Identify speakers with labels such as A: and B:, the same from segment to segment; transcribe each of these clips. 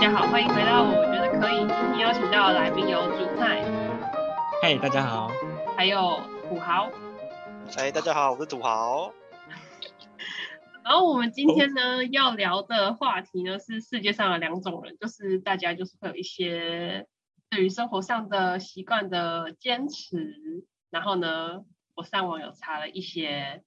A: 家好，欢迎回到我觉得可以。今天邀请到的来宾有煮菜，
B: 嗨，大家好。
A: 还有土豪。
C: 哎，大家好，我是土豪。
A: 然后我们今天呢、要聊的话题呢是世界上的两种人，就是大家就是会有一些对于生活上的习惯的坚持。然后呢，我上网有查了一些，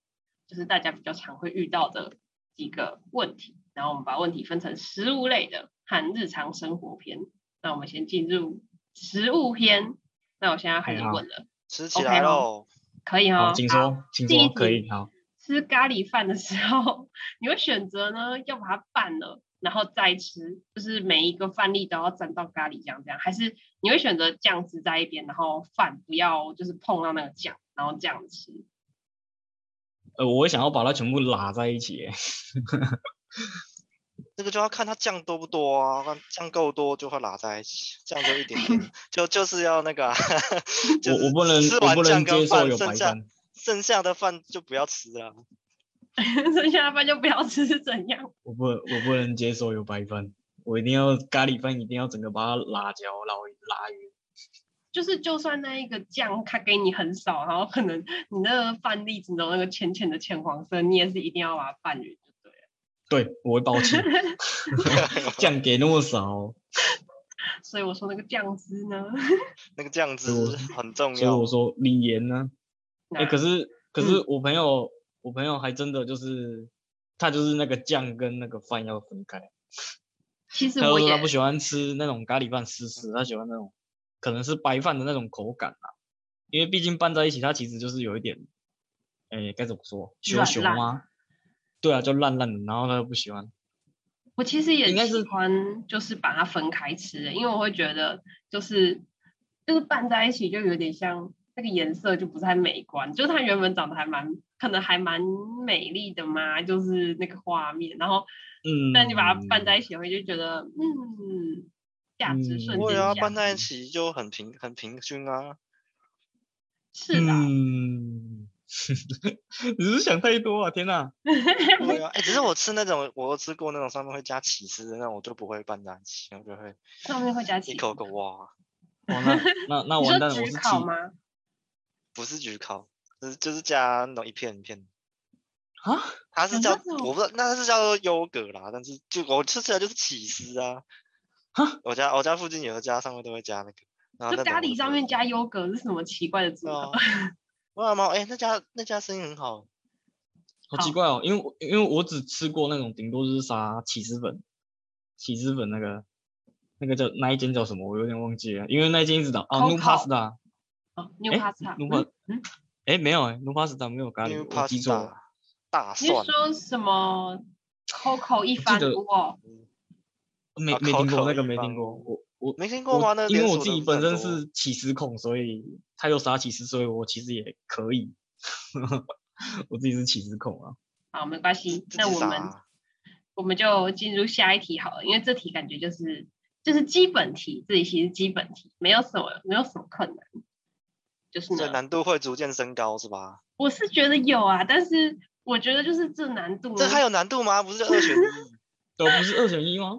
A: 就是大家比较常会遇到的几个问题。然后我们把问题分成食物类的和日常生活篇。那我们先进入食物篇。那我现在要开
C: 哎
A: 始
B: 好
A: 问了，
C: 吃起
A: OK
C: 来
A: 吗
C: 喽！
A: 可以哦
B: 好，，请说，请
A: 第一
B: 说，
A: 题
B: 可以，好。
A: 吃咖喱饭的时候， 你会选择呢要把它拌了，然后再吃，就是每一个饭粒都要沾到咖喱酱这样，还是你会选择酱汁在一边，然后饭不要就是碰到那个酱，然后这样吃？
B: 呃，我会想要把它全部拉在一起 耶。，
C: 这个就要看它酱多不多啊，看酱够多就会拉在一起，酱就一点点，就就是要那个、啊 就是
B: 我我不能
C: 吃，
B: 我
C: 完
B: 不能
C: 酱
B: 接
C: 跟
B: 受
C: 饭，
B: 有白
C: 剩下
B: 饭。
C: 剩下的饭就不要吃了。
A: 剩下的饭就不要吃是怎样？
B: 我不，我不能接受有白饭。我一定要咖喱饭，一定要整个把它拉焦、拉拉匀。
A: 就是就算那一个酱它给你很少，然后可能你那个饭粒只有那个浅浅的浅黄色，你也是一定要把它拌匀，就对了。
B: 对，我会爆气。 酱给那么少，
A: 所以我说那个酱汁呢，
C: 那个酱汁
B: 我
C: 很重
B: 所以
C: 要啊
B: 我。说你盐呢？哎、
A: 那
B: 可是可
C: 嗯
B: 是我朋友，我朋友还真的就是，他就是那个酱跟那个饭要分开。
A: 其实
B: 他
A: 我
B: 说
A: 也
B: 他不喜欢吃那种咖喱饭湿湿，他喜欢那种可能是白饭的那种口感啊，因为毕竟拌在一起，它其实就是有一点，哎、该怎么说，熊
A: 软
B: 熊
A: 烂
B: 吗？对啊，就烂烂的，然后他又不喜欢。
A: 我其实也
B: 应该
A: 喜
B: 是
A: 欢，就是把它分开吃的，因为我会觉得就是就是拌在一起就有点像那个颜色就不太美观，就是它原本长得还蛮可能还蛮美丽的嘛，就是那个画面，然后
B: 嗯，
A: 但你把它拌在一起，会就觉得嗯，价值瞬
B: 嗯
C: 对
A: 间
C: 啊，
A: 下
C: 拌在一
A: 降
C: 起就很平很平 均啊。
A: 是的 啊，
B: 嗯， 你是不是想太多啊！天哪，
C: 对啊，哎、只是我吃那种，我有吃过那种上面会加起司的那种，我就不会拌在一起，我就会
A: 上面会加
C: 一
A: 起
C: 口
A: 司
C: 口哇，
B: 哦、那那 那
A: 你
B: 完
A: 说
B: 蛋了，我
A: 焗
B: 是
A: 烤
B: 吃
A: 吗？
C: 不是焗烤，就是就是加那种一片一片的。
B: 啊，
C: 它是
A: 有
C: 叫
A: 那种
C: 我不知道，那是叫做优格啦，但是就我吃起来就是起 司啊。
B: 哈
C: 我家我家附近有一家上面都会加那个，然后
A: 就
C: 那种
A: 咖
C: 我就
A: 喱
C: 不
A: 上
C: 会
A: 面
C: 加
A: 加优格是什么奇怪的组
B: 哦
C: 对啊
A: 合？。
C: 哇妈，哎，那家那家生意很好，
B: 好奇
A: 好
B: 怪哦，因为我因为我只吃过那种顶多就是啥起司粉，起司粉那个那个叫那一间叫什么，我有点忘记了，因为那一间一直打哦
A: Coco
B: ，Nu Pasta，
A: 哦，New
B: 哎
A: Pasta，
B: 如
A: 嗯
B: 果
A: 嗯
B: 哎没有哎，Nu Pasta 没有咖
C: 因
B: 喱，
C: 为
B: 我记
C: pasta
B: 错了，
C: 大
A: 你是
C: 蒜
A: 说什么 Coco 一
B: 记
A: 番
B: 得
A: 屋哦？
B: 没
C: 啊
B: 没听过
C: Coco
B: 那个
C: 一
B: 没
C: 般
B: 听过，我我
C: 没听过吗？那
B: 我因为
C: 连
B: 我
C: 锁
B: 自
C: 的
B: 己
C: 不
B: 本
C: 很
B: 身
C: 多
B: 是起司控，所以他有啥起司，所以我其实也可以， 我自己是起司控啊，
A: 好，没关系，
C: 自
A: 那
C: 己
A: 我
C: 撒
A: 们
C: 啊
A: 我们就进入下一题好了，因为这题感觉就是就是基本题，这里其实基本题，没有什么没有什么困难，就是
C: 所以
A: 呢，
C: 难度会逐渐升高是吧？
A: 我是觉得有啊，但是我觉得就是这难度
C: 这
A: 呢
C: 还有难度吗？不是就二选一？
B: 都不是二选 一吗？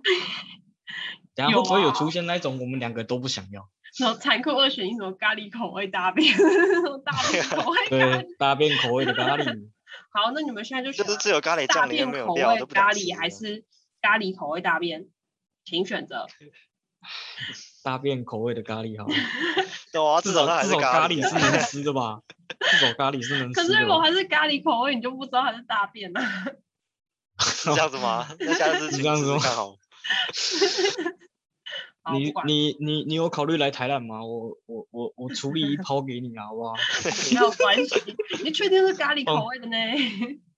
B: 等下
A: 有
B: 会不会有
A: 啊
B: 出现那种我们两个都不想要？
A: 什么残酷二选一，什么咖喱口味大便， 什么大便口味咖喱。
B: 对，搭便口味的咖喱。
A: 好，那你们现在就
C: 就
A: 选
C: 是
A: 啊
C: 只有咖喱
A: 大
C: 酱里面
A: 便
C: 没有
A: 口
C: 料，
A: 味
C: 都不想
A: 咖
C: 吃
A: 喱还
C: 了
A: 是咖喱口味大便，请选择。
B: 大便口味的咖喱好了，
C: 对啊，至
B: 至
C: 少
B: 少
C: 它还
B: 至
C: 是
B: 少咖
C: 喱
B: 喱
C: 啊
B: 是能吃的吧？至少咖喱是能
A: 可
B: 吃
A: 是
B: 的
A: 如果
B: 吧。
A: 它是咖喱口味，你就不知道它是大便了、啊
C: 是这样子吗？那下 次
B: 是
C: 请
B: 这样
C: 试
B: 子
C: 试
B: 吗
C: 看好了。
A: 好，不
B: 你
A: 管，
B: 你你你有考虑来台南吗？我我我我处理一抛给你啊，好不好？
A: 没有关系。你确定是咖喱
C: 哦
A: 口味的呢？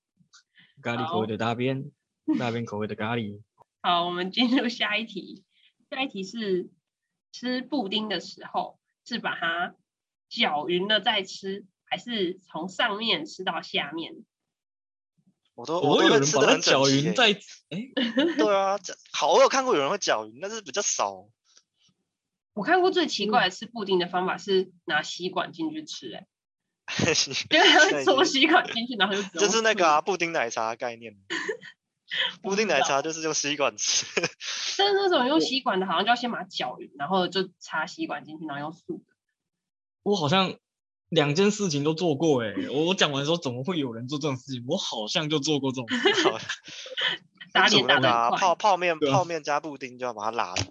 B: 咖喱口味的大便，大便口味的咖喱。
A: 好，我们进入下一题。下一题是吃布丁的时候是把它搅匀了再吃，还是从上面吃到下面？
C: 哦我都
B: 我
C: 都
B: 有
C: 会
B: 人
C: 吃
B: 把
C: 的
B: 它
C: 很整
B: 搅
C: 齐
B: 匀
C: 欸
B: 再，哎，
C: 对啊，这好，我有看过有人会搅匀，但是比较少。
A: 我看过最奇怪的吃布丁的方法是拿吸管进去吃、欸， 因为它
C: 那
A: 会
C: 已
A: 戳
C: 经
A: 吸管进去，然后就只
C: 就
A: 用
C: 是那啊
A: 吐
C: 个啊，布丁奶茶的概念。
A: 我
C: 布
A: 不
C: 丁
A: 知
C: 奶
A: 道
C: 茶就是用吸管吃，
A: 但是那种用吸管的，好像就要先把它搅匀，然后就插吸管进去，然后用素的。
B: 我好像两件事情都做过哎、我我讲完说怎么会有人做这种事情？我好像就做过这种事，
C: 好
A: 打
C: 煮
A: 脸打
C: 那
A: 得
C: 个
A: 很
C: 啊
A: 快
C: 泡泡面
B: 对啊
C: 泡面加布丁就要把它拉的。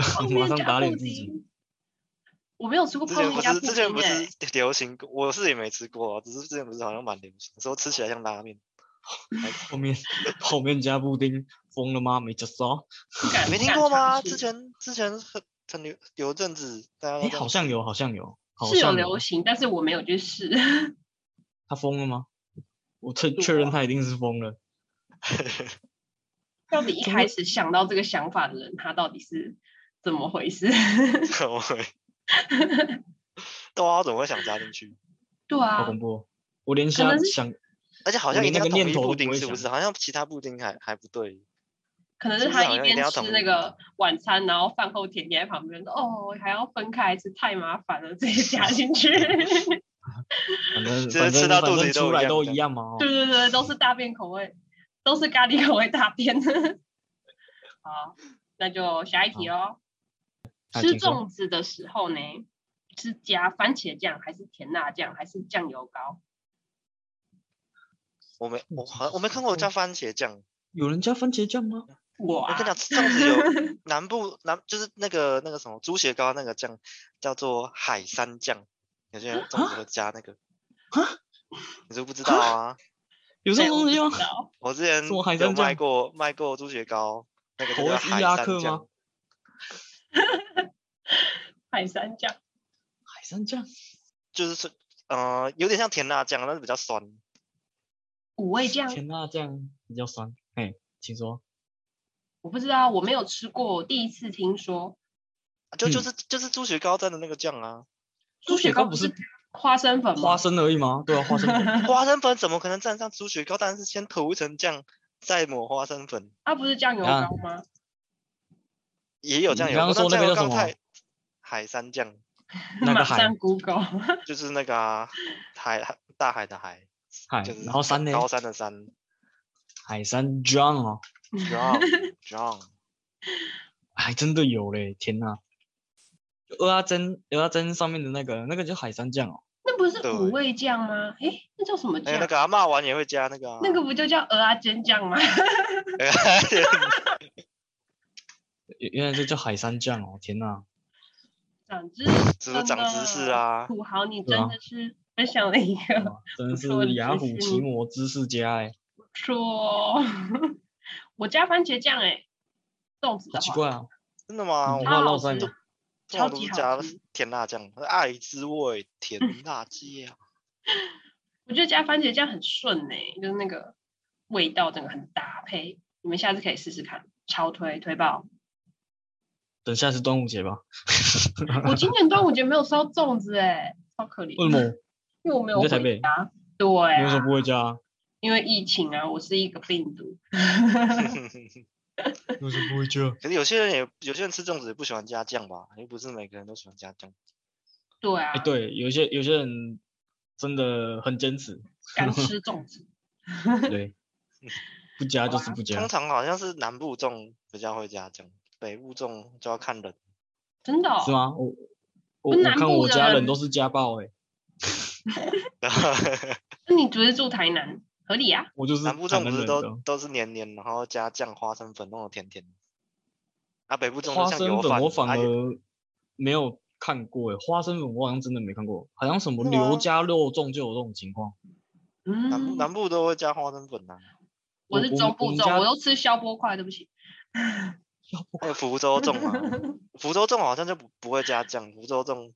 A: 泡
B: 呃，马
A: 面
B: 上
A: 加
B: 打脸
A: 布
B: 自己。
A: 丁。我没有吃过
C: 之
A: 泡
C: 前
A: 面
C: 不
A: 加
C: 是
A: 布
C: 之前
A: 丁
C: 不
A: 哎、
C: 是流行过，我是也没吃过啊，只是之前不是好像蛮流行，说吃起来像拉面。
B: 泡面泡面加布丁，疯了吗？没吃到？
A: 不敢
C: 没
A: 不
C: 听
A: 敢
C: 过
A: 尝
C: 吗？
A: 试
C: 之前之前很很流有一阵子大家都
B: 哎、
C: 这样
B: 好像有，好像有，好
A: 是有
B: 像
A: 流行，但是我没有去试。
B: 他疯了吗？我确
A: 有
B: 确认
A: 啊
B: 他一定是疯了。
A: 到底一开始想到这个想法的人，他到底是怎么回事？
C: 怎么会？对啊，怎么会想加进去？
A: 对
B: 好
A: 啊
B: 恐，怖、哦！我连
A: 可能
B: 想
A: 是
B: 想，
C: 而且好
B: 我
C: 像一
B: 连
C: 定
B: 那个
C: 要统
B: 念
C: 一
B: 头
C: 布
B: 都
C: 丁，
B: 不会
C: 是不是？
B: 想
C: 好像其他布丁还还不对。
A: 可能
C: 是
A: 是
C: 不是好
A: 他
C: 像一
A: 边
C: 定要
A: 吃
C: 同
A: 那
C: 一
A: 个晚餐，然后饭后甜点在旁边说：“哦，还要分开吃，太麻烦了，直接加进去。” 对
B: 反正
C: 其实
B: 反
C: 吃
B: 正
C: 到
B: 反
C: 肚
B: 正
C: 子里都
B: 出
C: 一
B: 来
C: 样
B: 都
C: 的
B: 一样嘛、哦。
A: 对对，都是大便口味，都是咖喱口味大便。 好，那就下一题哦。
B: 好
A: 吃
B: 啊请说
A: 粽子的时候呢，是加番茄酱还是甜辣酱还是酱油膏？
C: 我没我好
B: 嗯
C: 像我没 看过加番茄酱。
B: 有人加番茄酱吗？
A: 我
C: 我
A: 啊
C: 跟 你，讲，这样子有南部南就是那个那个什么猪血糕那个酱叫做海山酱，有些人粽子会加那个
B: 啊。
C: 你都不知道啊？
B: 有这
A: 对
B: 种
A: 我
B: 东西
A: 不
B: 吗
A: 知？道
C: 我之前
B: 什么海
C: 有
B: 山
C: 卖
B: 酱
C: 过卖过猪血糕，那个就
B: 口味
C: 叫
B: 是伊
C: 海
B: 拉
C: 山
B: 克
C: 酱
B: 吗。
A: 海山酱。
B: 海山酱
C: 就是说呃，有点像甜辣酱，但是比较酸。
A: 五味
C: 啊
A: 酱，
B: 甜辣酱比较酸。哎，请说。
A: 我不知道，我没有吃过，我第一次听说。
C: 就就
B: 嗯
C: 是就是猪血糕蘸的那个酱 啊，
B: 猪血糕
A: 不
B: 不是
A: 花生粉吗？
B: 花生而已吗？对啊，花生粉。
C: 花生粉怎么可能蘸上猪血糕？但是先涂一层酱，再抹花生粉，
A: 它不是酱油
B: 啊
A: 膏吗？
C: 也有
B: 你
C: 酱油
B: 刚
C: 膏。
B: 刚说
C: 但
B: 那
C: 酱
B: 个
C: 油
B: 叫什
C: 膏
B: 么啊
C: 太海山酱，
B: 那
A: 马
B: 个海
A: 上 Google，
C: 就是那个啊，海海大海的海，
B: 海
C: 就，是
B: 然后山呢？
C: 高山 的山
B: 海山酱哦，
C: ，John John，
B: 还真的有嘞！天呐，鹅阿珍鹅阿珍上面的那个那个叫海山酱哦，
A: 那不是
C: 对
A: 五味酱吗？诶，那叫什么
C: 哎，
A: 酱？
C: 那个阿骂完也会加那个啊，
A: 那个不就叫鹅啊煎酱吗？
B: 原原来这叫海山酱哦！天呐，
A: 长知
C: 只是长知识啊，
A: 土豪，你
B: 对啊
A: 真的是分享了一个
B: 哇真的
A: 不错的
B: 是雅
A: 资
B: 虎
A: 讯
B: 奇摩知识家哎，
A: 说， 我加番茄酱诶，粽子
B: 好
A: 的
B: 奇
A: 话，
B: 怪啊！
C: 真的吗？
B: 你
C: 我
B: 不怕
A: 超好
B: 落腮
A: 吃
B: 吗？
C: 通常
A: 嗯超
C: 都
A: 级
C: 是
A: 好
C: 加
A: 吃嗯
C: 甜辣酱，爱之味甜辣啊酱。
A: 我觉得加番茄酱很顺诶，就是那个味道整个很搭配，你们下次可以试试看，超推推爆！
B: 等下次端午节吧？
A: 我今年端午节没有吃到粽子诶，超可怜。
B: 为什么？
A: 因为我没有
B: 你在台
A: 回
B: 北
A: 家。对
B: 你为什么
A: 啊，
B: 不会加 啊？
A: 因为疫情啊，我是一个病毒。
B: 你为什么不会加？
C: 可是有些人也有些人吃粽子也不喜欢加酱吧，又不是每个人都喜欢加酱。
A: 对啊，
B: 哎，对，有一些有些人真的很坚持，
A: 敢吃粽子。
B: 对，
C: 嗯
B: 不加就是不加
C: 通。常好像是南部粽比较会加酱，北部粽就要看人。
A: 真的、哦？
B: 是吗？我我
A: 是
B: 我
A: 南
B: 看
A: 部
B: 我
A: 的
B: 家人
A: 人
B: 都是家暴哎、
A: 那你只是住台南，合理啊？
B: 我就是
C: 南部
B: 台
C: 粽
B: 南
C: 不是
B: 人
C: 都
B: 的。哦
C: 都是黏黏，然后加酱、花生粉弄得甜甜的。啊，北部粽
B: 花
C: 就像
B: 生
C: 油
B: 粉
C: 饭，
B: 我反
C: 啊有
B: 而没有看过哎、花生粉我好像真的没看过，好像什么
C: 是
B: 牛
C: 吗
B: 加肉粽就有这种情况。
C: 南部
A: 嗯，
C: 南部都会加花生粉啊呐、
A: 我
B: 我
A: 是
B: 我
A: 中
B: 们我
A: 部
B: 们
A: 粽，
B: 家
A: 我都吃消波块，对不起。
B: 要不
C: 还有福州粽啊，福州粽好像就不不会加酱，福州粽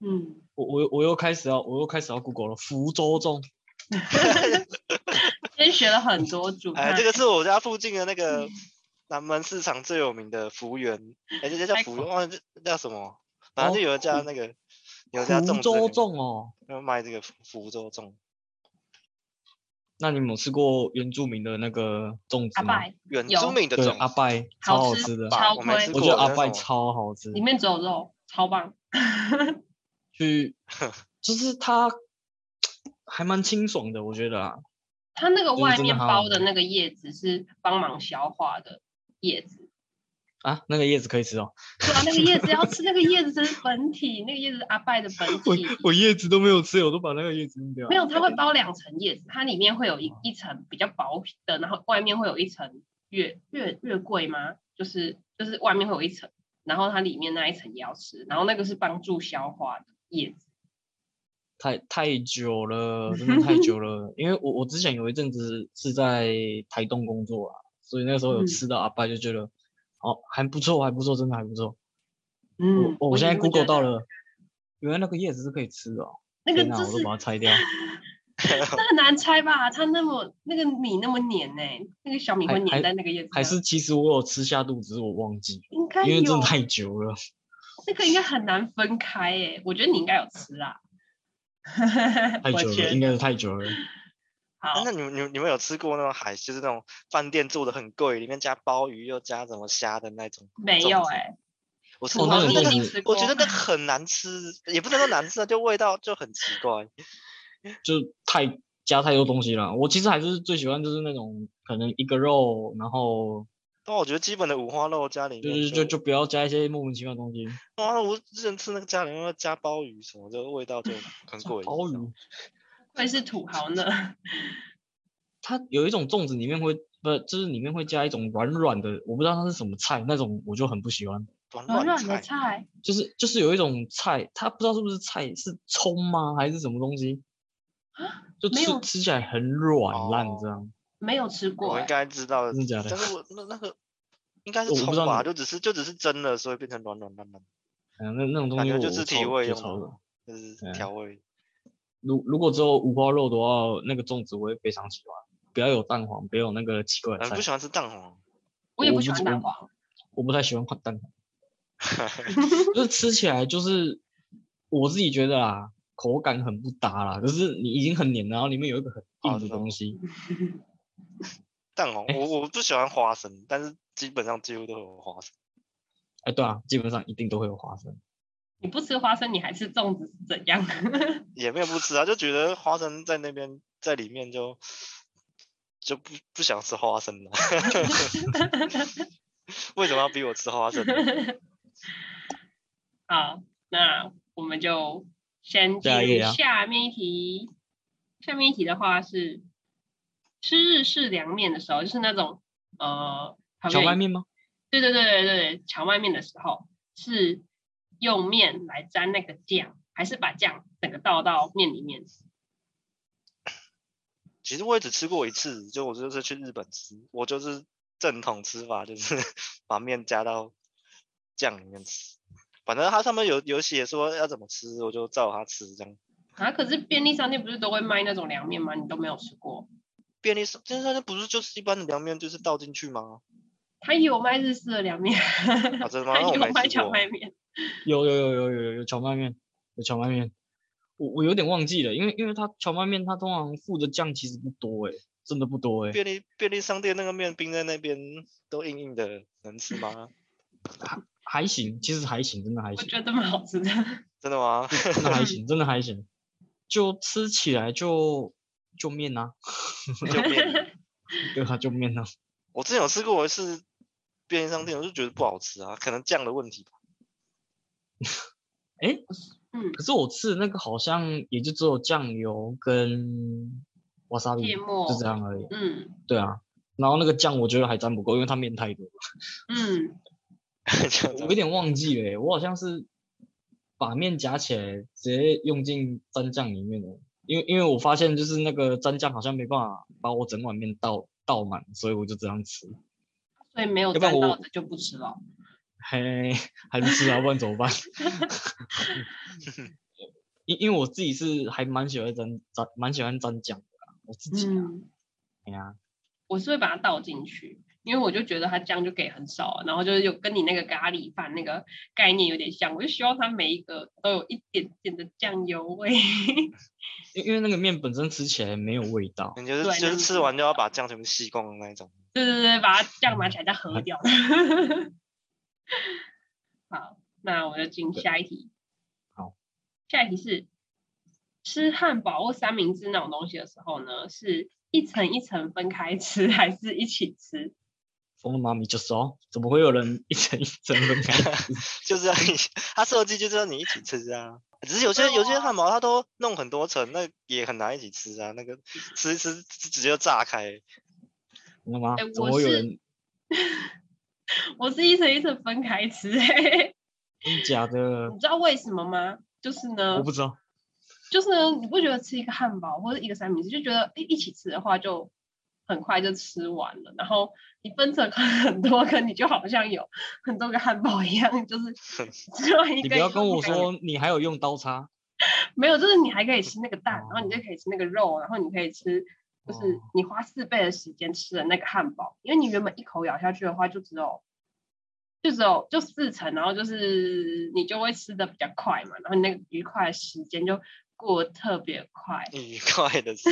A: 嗯，
B: 我我我又开始要我又开始要 Google 了，福州粽
A: 今天学了很多煮
C: 哎，
A: 饭，
C: 这个是我家附近的那个南门市场最有名的服务员，哎，这叫
A: 太
C: 服务
A: 酷
C: 员，忘记叫什么，反正就
B: 哦
C: 有人家
B: 福
C: 那个，有人家
B: 福
C: 粽
B: 州
C: 子，
B: 粽哦。
C: 要卖这个福福州粽，
B: 那你们有吃过原住民的那个粽
A: 阿
B: 子吗？
A: 拜
C: 原
A: 有
C: 住民的
B: 对，阿
C: 粽，
B: 拜超
A: 好
B: 好
A: 吃
B: 吃的，
A: 超
C: 我没
A: 推
C: 吃
B: 我
C: 过
B: 觉得
C: 那
B: 阿
C: 是
B: 拜
C: 什么
B: 超好吃。
A: 里面只有肉，超棒。
B: 去， 就是它还蛮清爽的，我觉得啊。
A: 它那个
B: 就是
A: 外
B: 真的
A: 面
B: 好
A: 包
B: 好
A: 的
B: 吃
A: 那个叶子是帮忙消化的叶子，
B: 啊，那个叶子可以吃哦。
A: 对啊，那个叶子要吃，那个叶子真是本体，那个叶子是阿拜的本
B: 我
A: 体。
B: 我叶子都没有吃，我都把那个叶子扔掉。
A: 没有，它会包两层叶子，它里面会有一一层比较薄的，然后外面会有一层月月月桂吗？就是就是外面会有一层，然后它里面那一层也要吃，然后那个是帮助消化的叶子。
B: 太太久 了，真的太久了。因为我我之前有一阵子是在台东工作啊，所以那时候有
A: 嗯
B: 吃到阿拜，就觉得、哦还不错，还不错，真的还不错。
A: 嗯，
B: 我我现在
A: 也会觉
B: Google 到
A: 得
B: 了，原来那个叶子是可以吃的、哦。
A: 那个
B: 天哪，
A: 就
B: 我都
A: 是
B: 把 它拆掉。啊
A: 那很难拆吧？它那么那个米那么黏呢、那个小米
B: 还
A: 会黏
B: 还
A: 在那个叶子
B: 还
A: 上
B: 是其实我有吃下肚，只是我忘记，
A: 应该
B: 因为真
A: 有
B: 的太久了。
A: 那个应该很难分开诶、我觉得你应该有吃啦。
B: 太
A: 我
B: 久
A: 觉
B: 了，
A: 得
B: 应该是太久了。
A: 好
C: 啊那你们你们你们有吃过那种海，就是那种饭店做的很贵，里面加鲍鱼又加什么虾的那种？
A: 没
C: 粽
A: 有
C: 子
A: 哎、
C: 我吃
B: 哦
C: 过，
B: 那
C: 我
B: 种
C: 觉
B: 就
C: 得那
B: 是
C: 个
A: 吃
C: 我觉
A: 过
C: 得那个很难吃，也不能说难吃啊，就味道就很奇怪。
B: 就太加太多东西了。我其实还是最喜欢就是那种可能一个肉，然后
C: 但我觉得基本的五花肉家里
B: 就
C: 面
B: 是就就不要加一些莫名其妙的东西。
C: 啊，我之前吃那个家里面会加鲍鱼什么，这个味道就很诡异。
B: 鲍
A: 哦
B: 鱼，
A: 会是土豪呢？
B: 它有一种粽子里面会不就是里面会加一种软软的，我不知道它是什么菜，那种我就很不喜欢。
C: 软
A: 软
C: 软
A: 软的
C: 菜，
A: 哦菜，
B: 就是就是有一种菜，它不知道是不是菜，是葱吗还是什么东西？就
A: 啊没
B: 吃
A: 有哦
B: 吃起来很软烂这样。
A: 没有吃过、
C: 我
A: 欸
C: 应。该知道
B: 啊真的假的
C: 但是我那那个应该是
B: 我不知
C: 葱
B: 道
C: 吧，
B: 你
C: 就只是就只是蒸了，所以变成软软烂烂，
B: 嗯，那那种东
C: 感
B: 西
C: 觉
B: 我
C: 就是
B: 我
C: 提
B: 超
C: 味
B: 就
C: 用
B: 超
C: 的哦
B: 恶
C: 就是
B: 嗯
C: 调味。
B: 如如果只有五花肉的话，那个粽子我会非常喜欢，不要有蛋黄，不要有那个奇怪的
C: 嗯，
B: 菜
C: 不。喜欢吃蛋黄，
A: 我也
B: 我
A: 不
B: 不
A: 喜欢
B: 知
A: 蛋
B: 我
A: 黄，
B: 我不太喜欢换蛋 黄，就是吃起来就是我自己觉得啦，口感很不搭啦。就是你已经很黏了，然后里面有一个很
C: 哦
B: 硬的
C: 是吗
B: 东西，
C: 蛋黄
B: 哎
C: 哦我我不喜欢花生，但是基本上几乎都有花生。
B: 哎，对啊，基本上一定都会有花生。
A: 你不吃花生，你还吃粽子是怎样？
C: 也没有不吃啊，就觉得花生在那边在里面就就不不想吃花生了。 为什么要逼我吃花生呢？
A: 好，那我们就先进
B: 下一啊
A: 入
B: 个呀
A: 下面一题。下面一题的话是吃日式凉面的时候，就是那种呃，旁
B: 荞
A: 边有
B: 麦
A: 一
B: 面吗？
A: 对对对对对，荞麦面的时候是用面来沾那个酱，还是把酱整个倒到面里面？
C: 其实我也只吃过一次，就我就是去日本吃，我就是正统吃法，就是 把面加到酱里面吃。反正它上面有有写说要怎么吃，我就照它吃这样。
A: 啊，可是便利商店不是都会卖那种凉面吗？你都没有吃过？
C: 便利商便利商店不是就是一般的凉面，就是倒进去吗？
A: 它也有卖日式的凉 面，
C: 啊，真的吗？
A: 它
B: 哦
C: 那
A: 也
C: 我
A: 有
C: 没
A: 卖
C: 吃
A: 荞
C: 过。
A: 麦面。
B: 有有有有有有有荞麦面，有荞麦面。我我有点忘记了，因为因为它荞麦面它通常附的酱其实不多哎、真的不多哎、
C: 便利便利商店那个面冰在那边都硬硬的，能吃 吗？
B: 还行，其实还行，真的还
A: 我
B: 行。
A: 觉得蛮好吃的。
C: 真的 吗？
B: 真的还行，真的还行，就吃起来就就面呐、
C: 就面，
B: 对啊，就面呐、
C: 我之前有吃过一次便利商店，我就觉得不好吃啊，可能酱的问题吧。
A: 嗯，
B: 可是我吃的那个好像也就只有酱油跟 wasabi，
A: 芥末
B: 就这样而已。
A: 嗯
B: 对啊，然后那个酱我觉得还沾不够，因为它面太多了。
A: 嗯，
C: 就
B: 我
C: 这
B: 有
C: 样
B: 点忘记了欸、我好像是把面夹起来，直接用进蘸酱里面的。因为因为我发现就是那个蘸酱好像没办法把我整碗面倒倒满，所以我就这样吃。
A: 所以没有
B: 要不然
A: 沾到
B: 我
A: 的就不吃了。
B: 嘿，还不吃啊，不然怎么办？ 因因为我自己是还蛮喜欢沾沾，蛮喜欢沾酱的啦，我自己啊，
A: 嗯，
B: 哎呀、
A: 我是会把它倒进去，因为我就觉得它酱就给很少，然后就是有跟你那个咖喱饭那个概念有点像，我就希望它每一个都有一点点的酱油味。
B: 因因为那个面本身吃起来没有味道，
C: 你就是
A: 对
C: 就
A: 那个
C: 是吃完就要把酱全部吸光的那一种。
A: 对对对，把它酱拿起来再喝掉。 好，那我就进下一题。
B: 好，
A: 下一题是吃汉堡或三明治那种东西的时候呢，是一层一层分开吃，还是一起吃？
B: 我妈咪就说，怎么会有人一层一层 的买？
C: 就是要你，它设计就是要你一起吃啊。只是有些
A: 对
C: 有些
A: 啊
C: 汉堡它都弄很多层，那也很难一起吃啊。那个吃一吃直接就炸开，
B: 你知道吗
A: 哎？
B: 怎么
A: 我
B: 会有
A: 是
B: 人
A: 我是一层一层分开吃、 嘿，
B: 真假的
A: 你？知道为什么吗？就是呢
B: 我，不知道。
A: 就是呢，你不觉得吃一个汉堡或者一个三明治，就觉得哎一起吃的话就很快就吃完了，然后你分成很多个，你就好像有很多个汉堡一样， 就是吃完一
B: 你
A: 个
B: 不
A: 以
B: 要
A: 后
B: 跟我
A: 可能
B: 说你还有用刀叉，
A: 没有，就是你还可以吃那个蛋，然后你
B: 哦
A: 就可以吃那个肉，然后你可以吃，就是
B: 哦
A: 你花四倍的时间吃的那个汉堡，因为你原本一口咬下去的话，就只有就只有就四层，然后就是你就会吃的比较快嘛，然后你那个愉快的时间就过得特别快。
C: 愉快的 吃。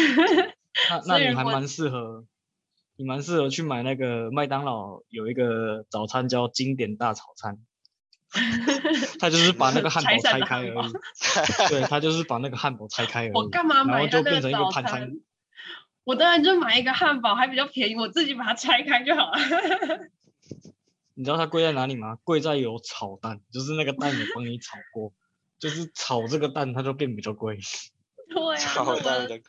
B: 那
A: 所
B: 那
A: 以
B: 你
A: 如
B: 还
A: 果
B: 蛮适合，你蛮适合去买那个麦当劳有一个早餐叫经典大早 餐，他就是把那个汉堡
A: 拆散
B: 拆
A: 的
B: 开而
A: 汉堡
B: 已，对他就是把那个汉堡拆开而已，
A: 我干嘛
B: 然
A: 买
B: 后就
A: 那
B: 变
A: 个
B: 成一
A: 早
B: 个盘
A: 餐
B: 餐，？
A: 我当然就买一个汉堡，还比较便宜，我自己把它拆开就好了。
B: 你知道它贵在哪里吗？贵在有炒蛋，就是那个蛋有帮你炒过，就是炒这个蛋它就变比较贵。
A: 对啊，那
C: 炒蛋
A: 我
C: 的，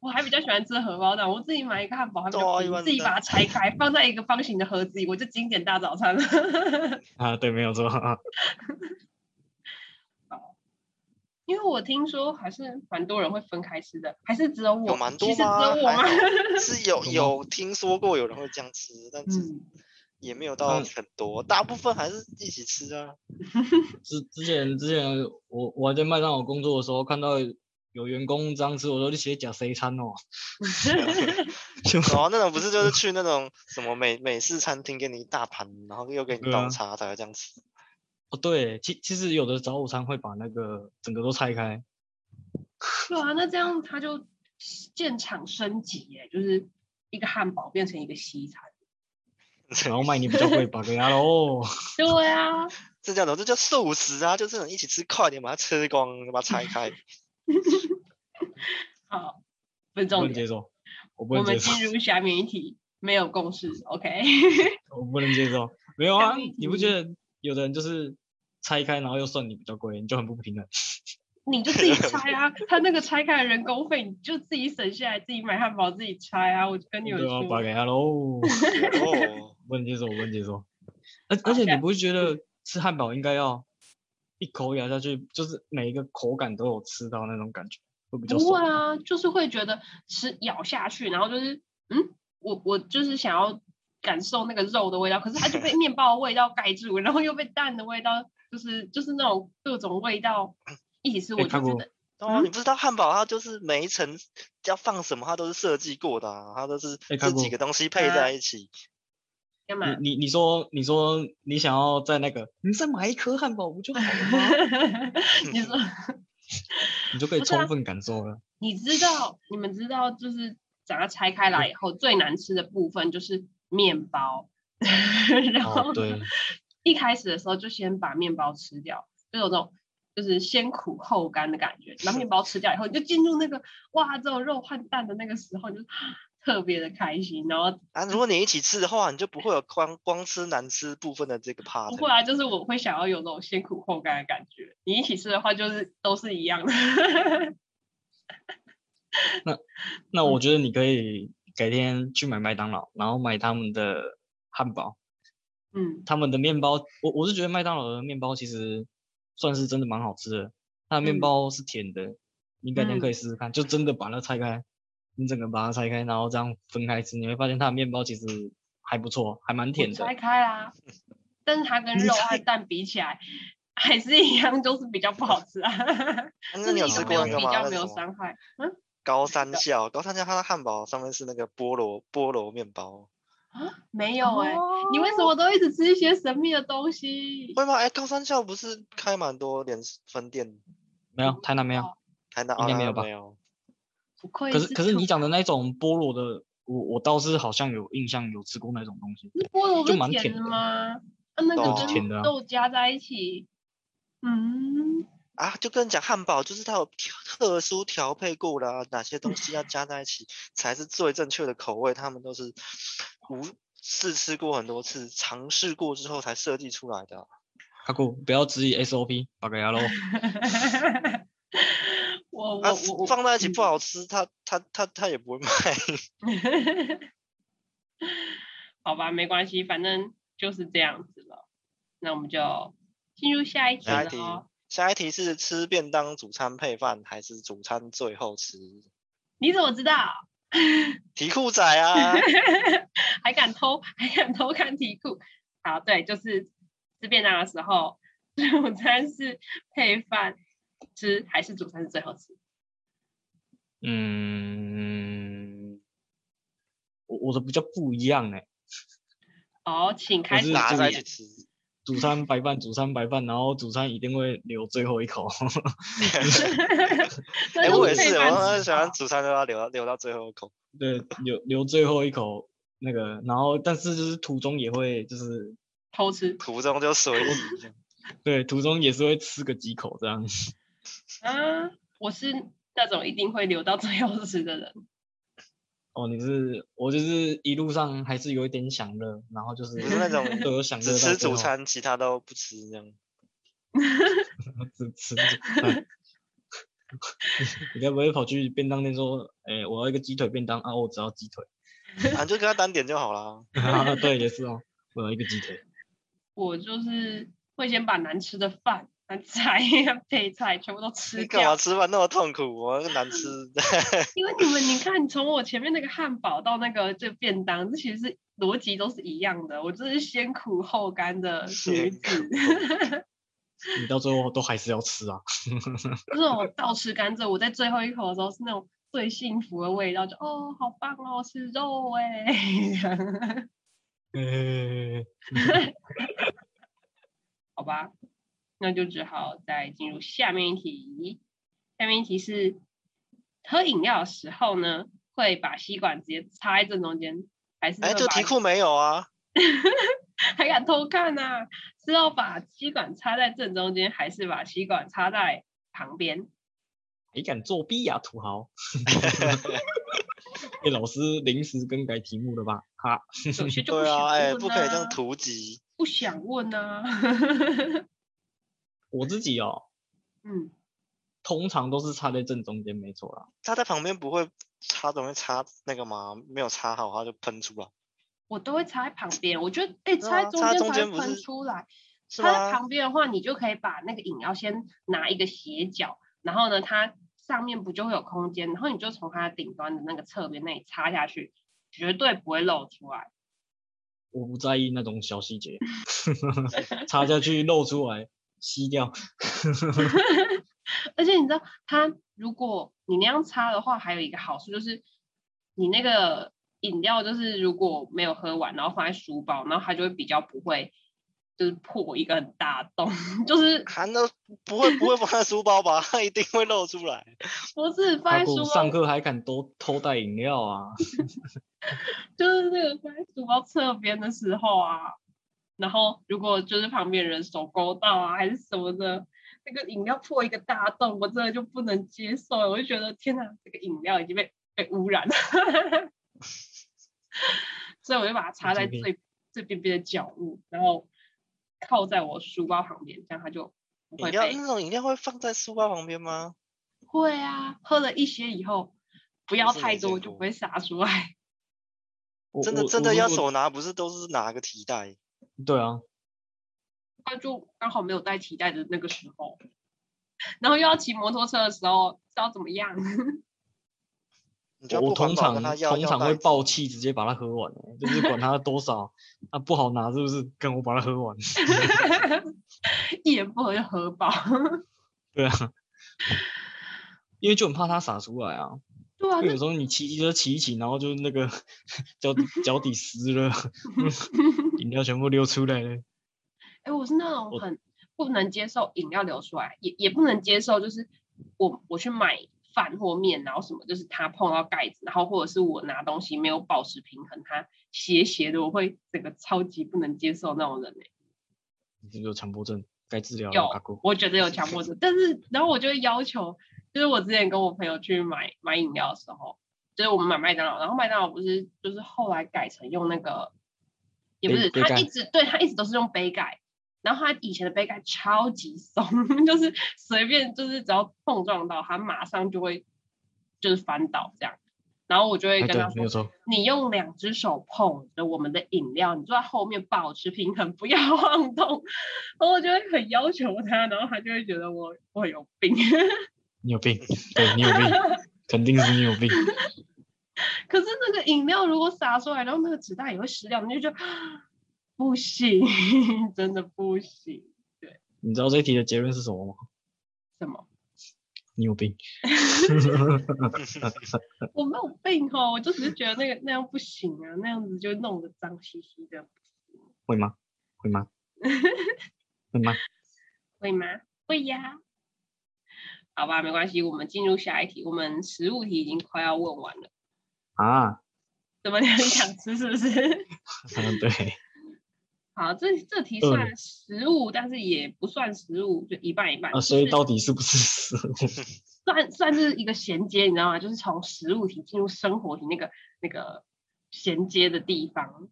A: 我还比较喜欢吃荷包蛋，我自己买一个汉堡还比
C: 对啊
A: 较便
C: 一
A: 宜，
C: 般
A: 自己
C: 的
A: 把它拆开，放在一个方形的盒子里，我就经典大早餐了。
B: 啊，对，没有错。
A: 因为我听说还是蛮多人会分开吃的，还是只有我？
C: 有蛮
A: 其
C: 多
A: 实只有
C: 吗？
A: 我
C: 还
A: 吗
C: 好？是有
B: 有吗
C: 有听说过有人会这样吃，但是
A: 嗯，
C: 也没有到
B: 嗯
C: 很多，大部分还是一起吃啊。
B: 之之前之前我我还在麦当劳工作的时候，看到有员工这样吃，我说你写假 C 餐哦，
A: 嗯
B: 就
C: 然后那种不是就是去那种什么美美式餐厅给你一大盘，然后又给你
B: 对
C: 倒
B: 啊
C: 茶才会这样吃。
B: 哦对，其其实有的早午餐会把那个整个都拆 开，
A: 对啊，那这样他就现场升级耶，就是一个汉堡变成一个西餐。
B: 然后卖你比较贵，把给他 喽。
A: 对啊，
C: 这叫什么？这叫素食啊！就是你一起吃，快点把它吃光，把它拆开。
A: 好，不是
B: 不
A: 重
B: 能接
A: 点。
B: 受，我不
A: 我
B: 能
A: 们
B: 接受，
A: 进入下面一题，没有共识，OK？
B: 我不能接受。没有啊
A: 下面一，
B: 你不
A: 题
B: 觉得有的人就是拆开，然后又算你比较贵，你就很不平衡？
A: 你就自己拆啊，他那个拆开的人工费，你就自己省下来，自己买汉堡自己拆啊。我就跟你们
B: 对啊，
A: 说，
B: 把给他喽。
C: 哦，
B: 不能接受，我不能接受。而
A: 好
B: 而
A: 嗯
B: 且
A: 下
B: 你不是觉得吃汉堡应该要一口咬下去，就是每一个口感都有吃到那种感觉，会比较
A: 不会
B: 爽。
A: 啊，就是会觉得吃咬下去，然后就是嗯，我我就是想要感受那个肉的味道，可是它就 被面包的味道盖住，然后又被蛋的味道，就是就是那种各种味道一起吃，我
B: 哎
A: 就
B: 看
A: 觉
B: 过
A: 得
C: 哦，你不知道汉堡它就是每一层要放什么，它都是设计过的啊，它都是
B: 哎
C: 这
B: 看
C: 几
B: 过
C: 个东西配
A: 啊
C: 在一起。
A: 干嘛？
B: 你你你说你说你想要在那个，你再买一颗汉堡不就好了 吗？
A: 你说
B: 你就可以
A: 不是啊
B: 充分感受了。
A: 你知道你们知道就是把它拆开
B: 嗯
A: 来以后最难吃的部分就是面 包，然后
B: 哦，对，
A: 一开始的时候就先把面包吃掉，就有种就是先苦后甘的感觉。把面包吃掉以后，你就进入那个哇，这种肉和蛋的那个时候，你就特别的开心。然后
C: 啊，如果你一起吃的话，你就不会有光光吃难吃部分的这个 part
A: 不
C: 了。
A: 过啊，就是我会想要有那种先苦后甘的感觉。你一起吃的话，就是都是一样的。
B: 那
A: 嗯
B: 我觉得你可以改天去买麦当劳，然后买他们的汉堡，
A: 嗯，
B: 他们的面包，我我是觉得麦当劳的面包其实算是真的蛮好吃的，它的面
A: 嗯
B: 包是甜的，你改天可
A: 嗯
B: 以试试看，就真的把它拆开，你整个把它拆开，然后这样分开吃，你会发现它的面包其实还不错，还蛮
A: 我
B: 甜的
A: 拆。开啦、但是它跟
B: 你
A: 肉
B: 拆
A: 和蛋比起来，还是一样，就是比较不好吃啊。
C: 啊 那
A: 就
C: 你有
A: 是
C: 吃
A: 因
C: 过
A: 为
C: 那个
A: 比
C: 吗？
A: 较
C: 那
A: 没有
C: 什么
A: 伤害。嗯
C: 高三校，高三校它的汉堡上面是那个菠萝菠萝面包，
A: 没
C: 哦
A: 有哎、你为什么都一直吃一些神秘的东西？
C: 会吗？哎，高三校不是开蛮多连锁分店，
B: 没有，台南没有。
C: 台南
B: 应该没
C: 哦台
B: 有
C: 南
B: 吧
C: 没有。
A: 不愧
B: 可是可是
A: 土
B: 你讲的那种菠萝的，我我倒是好像有印象有吃过那种东西，
A: 那菠萝
B: 就
A: 不
B: 蛮
A: 是甜
B: 甜
A: 的
B: 的
A: 吗？啊，那
C: 对啊
A: 个
B: 甜
A: 跟
B: 的啊
A: 豆加在一起，嗯，
C: 啊，就跟你讲汉堡，就是它有调特殊调配过 的、啊，哪些东西要加在一起才是最正确的口味，他们都是无试吃过很多次，尝试过之后才设计出来的啊、
B: 阿古不要质疑 SOP，把 个牙喽。
A: 我我
C: 啊
A: 我我
C: 放在一起不
A: 嗯
C: 好吃，他他他他也不会卖。
A: 好吧，没关系，反正就是这样子了。那我们就进入下一题
C: 下一
A: 了
C: 题
A: 哦。
C: 下一题是吃便当主餐配饭还是主餐最后吃？
A: 你怎么知道？
C: 题库仔啊，
A: 还敢偷，还敢偷看题库？好，对，就是吃便当的时候， 午餐是配饭吃还是主餐是最后吃？
B: 嗯，我我的比较不一样哎、
A: 哦，请开
B: 是
A: 始
C: 拿
B: 主
C: 在
A: 发
C: 一起
A: 言。
C: 吃。
B: 主餐白饭，主餐白饭，然后主餐一定会留最后一口。
A: 那
C: 哎、
A: 就
C: 我也
A: 配
C: 是，
A: 饭
C: 我
A: 吃
C: 很喜
A: 吧
C: 欢主餐都要留到留到最后一口。
B: 对，留留最后一口那个，然后但是就是途中也会就是
A: 偷吃
C: 途中就随意这样。
B: 对，途中也是会吃个几口这样。
A: 啊！我是那种一定会留到最后吃的人。
B: 哦，你是我就是一路上还是有一点享乐，然后就是
C: 不是那 种
B: 都有享乐
C: 只
B: 到
C: 吃
B: 最
C: 主
B: 后，
C: 餐，其他都不吃这样。
B: 只吃主餐。 你该不会跑去便当店说，哎、我要一个鸡腿便当啊，我只要鸡腿。
C: 啊，你就跟他单点就好啦。
B: 啊，对，也是哦，我要一个鸡腿。
A: 我就是会先把难吃的饭、难菜、 配菜全部都 吃
C: 你干嘛
A: 掉，
C: 吃饭那么痛苦？我那个难吃，
A: 因为你们你看，从我前面那个汉堡到那个这便当，这其实是逻辑都是一样的。我就是先苦后甘的 女
C: 先
A: 子，
B: 你到最后都还是要吃啊。
A: 就是我倒吃甘蔗，我在最后一口的时候是那种最幸福的味道，就哦好棒哦，是肉 哎、
C: 嗯
B: 呃，
A: 好吧，那就只好再进入下面一题。下面一题是喝饮料的时候呢，会把吸管直接插在正中间，还是
C: 哎、
A: 会
C: 就
A: 把
C: 题 库没有啊。
A: 还敢偷看呐、是要把吸管插在正中间，还是把吸管插在旁边？
B: 你敢作弊呀、土豪！ 被老师临时更改题目了吧？哈，
A: 有些就不
C: 对
A: 想
C: 啊，哎、
A: 问
C: 不可以这样
A: 啊
C: 图集。
A: 不想问啊呐、
B: 我自己哦，
A: 嗯，
B: 通常都是插在正中间，没错啦。
C: 他在旁边不会插，怎么会插那个吗？没有插好，它就喷出来，
A: 我都会插在旁边。我觉得，哎、
C: 对
A: 插在
C: 啊
A: 中
C: 插在
A: 间
C: 中
A: 才
C: 间
A: 会
C: 不
A: 喷
C: 是
A: 出来。
C: 是
A: 它在
C: 吗？
A: 旁边的话，你就可以把那个饮料先拿一个斜角，然后呢，它上面不就会有空间，然后你就从它顶端的那个侧边那里插下去，绝对不会漏出来。
B: 我不在意那种小细节， 插下去露出来，吸掉。
A: 而且你知道，它如果你那样插的话，还有一个好处就是，你那个饮料就是如果没有喝完，然后放在书包，然后它就会比较不会就是破一个很大的洞， 就是
C: 含的不会不会放在书包吧？ 它一定会露出来。
A: 不是放
B: 阿
A: 在
B: 古
A: 书包
B: 上课还敢多偷带饮料啊？
A: 就是那个在书包侧边的时候啊，然后如果就是旁边人手勾到啊，还是什么的，那个饮料破一个大洞，我真的就不能接受了，我就觉得天哪，这个饮料已经被被污染了， 所以我就把它插在
B: 精辟
A: 最最边边的角落，然后靠在我书包旁边，这样它就不
C: 饮
A: 会
C: 料
A: 被。
C: 那种饮料会放在书包旁边吗？
A: 会啊，喝了一些以后，不要
C: 是
A: 太
C: 没见
A: 多就不
C: 过
A: 会洒出来。
B: 我
C: 真的
B: 我
C: 真
B: 我
C: 的
B: 如
C: 要
B: 果
C: 手拿，不是都是拿个提袋？
B: 对啊，
A: 他就刚好没有带提袋的那个时候，然后又要骑摩托车的时候，知道怎么样？
C: 你就
B: 我
C: 不
B: 我
C: 环
B: 通
C: 保
B: 常
C: 跟他要
B: 通
C: 要
B: 常
C: 袋
B: 会
C: 子
B: 爆气，直接把它喝完欸、就是管它多少， 啊不好拿是不是？跟我把它喝完。
A: 一言不合就合爆。
B: 对啊，因为就很怕它洒出来啊。
A: 对啊，
B: 就
A: 那
B: 有时候你骑机车骑一骑，然后就那个 脚底脚底 湿了，饮料全部流出来了。
A: 哎，我是那种
B: 我
A: 很不能接受饮料流出来，也也不能接受，就是我我去买饭或面，然后什么，就是它碰到盖子，然后或者是我拿东西没有保持平衡，它斜斜的，我会整个超级不能接受那种人欸
B: 你是不是有强迫症？该治疗
A: 有
B: 了，阿姑。
A: 我觉得有强迫症，但是然后我就会要求，就是我之前跟我朋友去买买饮料的时候，就是我们买麦当劳，然后麦当劳不是就是后来改成用那个也不是，
B: 杯杯
A: 他
B: 盖
A: 一直对他一直都是用杯盖，然后他以前的杯盖超级松， 就是随便就是只要碰撞到他，马上就会就是翻倒这样。然后我就会
B: 哎
A: 跟
B: 对
A: 他，
B: 没
A: 说
B: 有：“错，
A: 你用两只手捧着我们的饮料，你坐在后面保持平衡，不要 晃动。”然后我就会很要求他，然后他就会觉得我我有病。
B: 你有病，对你有病，肯定是你有病。
A: 可是那个饮料如果洒出来，然后那个纸袋也会湿掉，你就觉得不行， 真的不行。
B: 你知道这一题的结论是什么吗？
A: 什么？
B: 你有 病。
A: 我没有病哦，我就只是觉得那个那样不行啊，那样子就弄得脏兮兮的，
B: 会吗？会吗？会吗？
A: 会吗？会呀。好吧，没关系，我们进入下一题。我们食物题已经快要问完了，
B: 啊，
A: 怎么你很想吃是不是？
B: 嗯，对，
A: 好，这这题
B: 饿了
A: 算食物，但是也不算食物，就一半一半。
B: 嗯啊，
A: 就是
B: 所以到底是不是食物？
A: 算算是一个衔接，你知道吗？就是从食物题进入生活题那个那个衔接的地方。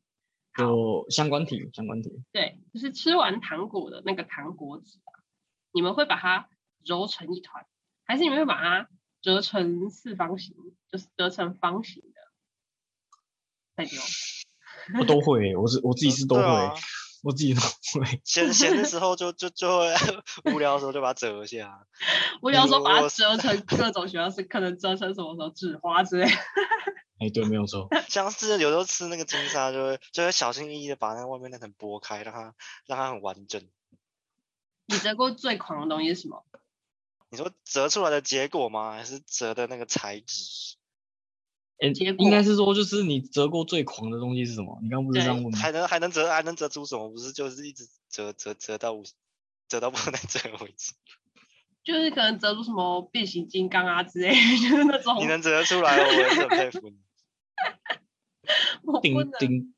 B: 就相关题，相关题。
A: 对，就是吃完糖果的那个糖果纸啊，你们会把它揉成一团，还是你们会把它折成四方形，就是折成方形的再丢？
B: 我都会欸，我是我自己是都
C: 对
B: 会
C: 啊
B: 欸，我自己都会。
C: 闲闲的时候就就就会无聊的时候就把它折一下，
A: 无聊的时候把它
C: 我
A: 折成各种形状，是可能折成什么什么纸花之类的。
B: 哎，对，没有 错。
C: 像是有时候吃那个金沙就会就会小心翼翼的把那个外面那层剥开，让它让它很完整。
A: 你折过最狂的东西是什么？
C: 你说折出来的结果吗？还是折的那个材质？
B: 哎，
A: 结
B: 应
A: 果
B: 该是说，就是你折过最狂的东西是什么？你刚刚不是这样
A: 对
B: 问吗？
C: 还能还能折还能折出什么？不是就是一直折折折到五，折到不能再折为止。
A: 就是可能折出什么变形金刚啊之类的， 就是那种
C: 你能折得出来，我也是很佩服你。
A: 我不
B: 顶
A: 能
B: 顶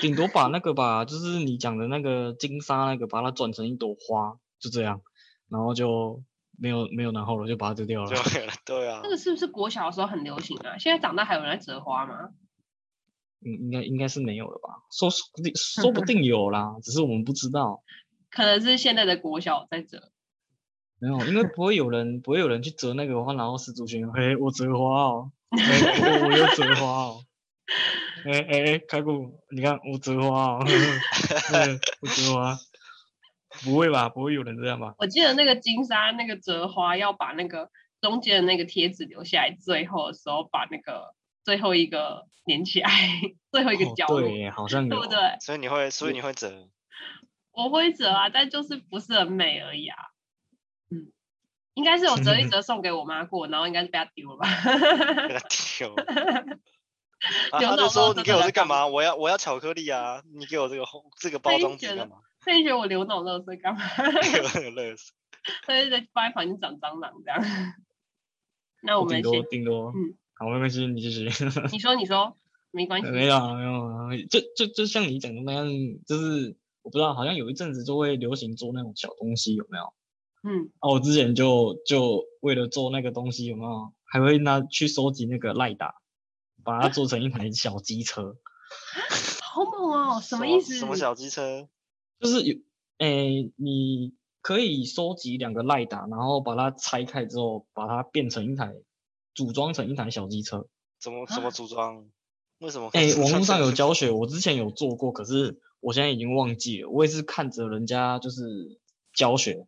B: 顶多把那个吧，就是你讲的那个金沙那个，把它转成一朵花，就这样，然后就没有没有然后了，就把它丢掉了
C: 就。会了 对啊
A: 那，个是不是国小的时候很流行啊？现在长大还有人在折花吗？
B: 嗯，应该应该是没有了吧？说说不定说不定有啦，只是我们不知道。
A: 可能是现在的国小在折。
B: 没有，因为不会有人不会有人去折那个花，然后失主群，嘿，我折花哦，嘿，我我又折花哦，哎哎哎，开古，你看我折花哦， 嘿我折花，不会吧？不会有人这样吧？
A: 我记得那个金沙那个折花要把那个中间的那个贴纸留下来，最后的时候把那个最后一个粘起来，最后一个
B: 哦
A: 角落，
B: 对耶，好像有
A: 对不对？
C: 所以你会，所以
B: 我
C: 你会折。
A: 我会折啊，但就是不是很美而已啊。嗯，应该是我折 一折送给我妈过，然后应该是被她丢了吧。
C: 给他 丢。啊、
A: 有
C: 他
A: 脑
C: 就
A: 包
C: 说：“
A: 真
C: 你给
A: 的
C: 我
A: 来
C: 这
A: 干
C: 干
A: 嘛
C: 嘛？我要我要巧克力啊！你给我这个红这个包
A: 真
C: 装纸
A: 觉得
C: 干 嘛？
A: 所以你觉得我留那种垃圾干嘛？
C: 给我那个乐死。
A: 所以在放在房间长蟑螂这样。 那我
B: 顶
A: 们
B: 多
A: 先，
B: 顶多，
A: 嗯，
B: 好，没关系，你继续。
A: 你说，你说，没关系，
B: 没有啊没有啊，就就就像你讲的那样，就是我不知道，好像有一阵子就会流行做那种小东西，有没有？
A: 嗯，
B: 啊，我之前就就为了做那个东西，有没有？还会拿去收集那个赖打，把它做成一台小机车，
A: 好猛哦，什么意思？
C: 什么小机车？
B: 就是有，诶、你可以收集两个赖打，然后把它拆开之后，把它变成一台，组装成一台小机车。
C: 怎么
A: 啊
C: 怎么组装？为什么？
B: 哎、网络上有教学，我之前有做过，可是我现在已经忘记了。我也是看着人家就是教学，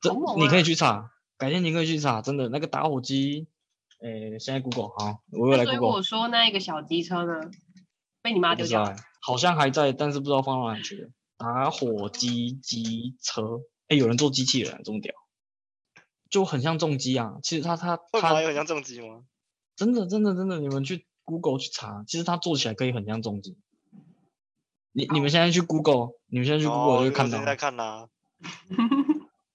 B: 这、
A: 好猛
B: 你可以
A: 啊
B: 去查，改天你可以去查，真的那个打火机，哎、现在 Google 好，我又来
A: 哎所以
B: Google，
A: 我说那一个小机车呢，被你妈
B: 不
A: 丢
B: 知
A: 掉
B: 道
A: 了。
B: 欸好像还在，但是不知道放到哪里去了。打火机机车，哎、有人做机器人，这么屌，就很像重机啊。其实它它
C: 会吗？
B: 它
C: 有很像重机吗？
B: 真的真的真的，你们去 Google 去查，其实它做起来可以很像重机。你你们现在去 Google，你们现在去 Google
C: 哦
B: 就会
C: 这个
B: 看
C: 我
B: 到
C: 正在 看啦。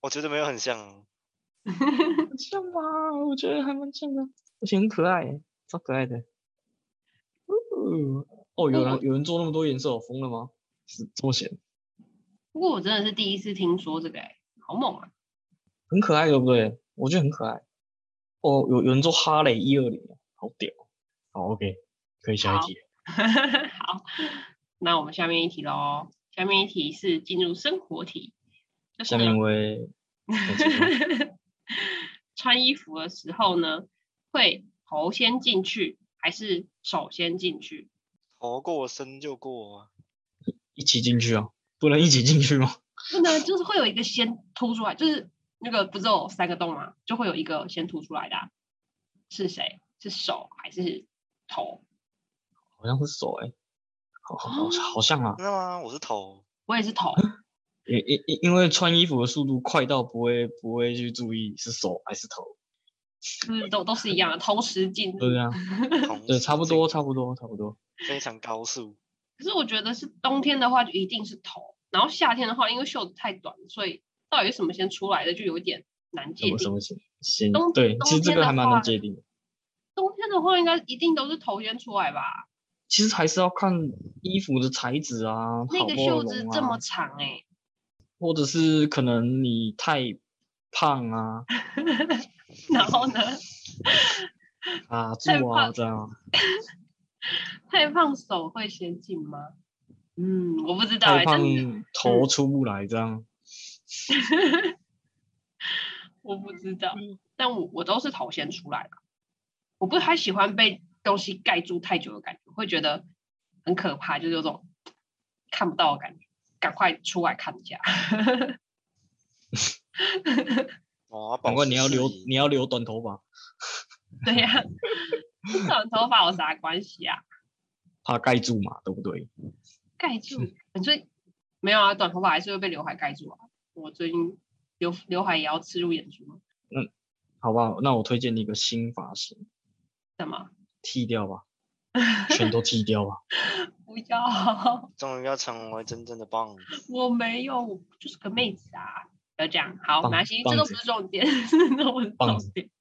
C: 我觉得没有很像啊，
B: 很像吧？我觉得还蛮像的，而且很可爱欸，超可爱的。哦，哦有人有人做那么多颜色，我疯了吗？是这么闲，
A: 不过我真的是第一次听说这个、哎，好猛啊！
B: 很可爱，对不对？我觉得很可爱。哦，有有人做哈雷一二零，好屌。好，OK，可以下一
A: 好
B: 题。
A: 好，那我们下面一题喽，下面一题是进入生活题，就是
B: 下
A: 呢
B: 面一 位，没错
A: 穿衣服的时候呢，会头先进去还是手先进去？
C: 头过身就过啊。
B: 一起进去哦，不能一起进去吗？
A: 真的就是会有一个先凸出来，就是那个不是有三个洞吗？就会有一个先凸出来的啊、是谁？是手还是头？
B: 好像是手哎、好好
A: 哦
B: 好好像啊，
C: 真的吗？我是头，
A: 我也是 头，
B: 因因因因为穿衣服的速度快到不会不会去注意是手还是头，
A: 就是都都是一样的，同时进
B: 就
A: 入。
B: 这样，
C: 同
B: 对，
C: 时
B: 差不
C: 进
B: 多差不多差不多。
C: 非常高速。
A: 可是我觉得是冬天的话，就一定是头。然后夏天的话，因为袖子太短，所以到底什么先出来的，就有点难
B: 什
A: 界
B: 么什
A: 定。
B: 么先先
A: 冬
B: 对，
A: 冬
B: 其实这
A: 天
B: 个
A: 的
B: 还蛮难
A: 话
B: 界定的。
A: 冬天的话，应该一定都是头先出来吧？
B: 其实还是要看衣服的材质啊，
A: 那
B: 好
A: 个
B: 不好
A: 袖子
B: 拢
A: 这么
B: 啊，
A: 长哎、
B: 或者是可能你太胖啊、
A: 然后呢，
B: 卡
A: 太
B: 住啊
A: 胖
B: 这样啊，
A: 太胖手会先进吗？嗯，我不知道、
B: 太
A: 欸，
B: 胖
A: 但是
B: 头出不来这样。
A: 我不知道，但我我都是头先出来的，我不太喜欢被东西盖住太久的感觉，会觉得很可怕，就是有种看不到的感觉，赶快出来看一下。
C: 哦，
B: 难
C: 保
B: 怪
C: 持
B: 你要
C: 视
B: 留
C: 野
B: 你要留短头发，
A: 对呀、短头发有啥关系啊？
B: 怕盖住嘛，对不对？
A: 盖住，反正没有啊，短头发还是会被刘海盖住啊。我最近刘刘海也要刺入眼珠吗，
B: 好不好？那我推荐你一个新发型，
A: 怎么？
B: 剃 掉吧，全都剃掉吧。
A: 不要，
C: 终于要成为真正的棒子。
A: 我没有，我就是个妹子啊，不要这样。好，
B: 棒
A: 马西，
B: 棒
A: 这都
B: 子
A: 不是重点， 那我是
B: 棒
A: 重
B: 子
A: 点。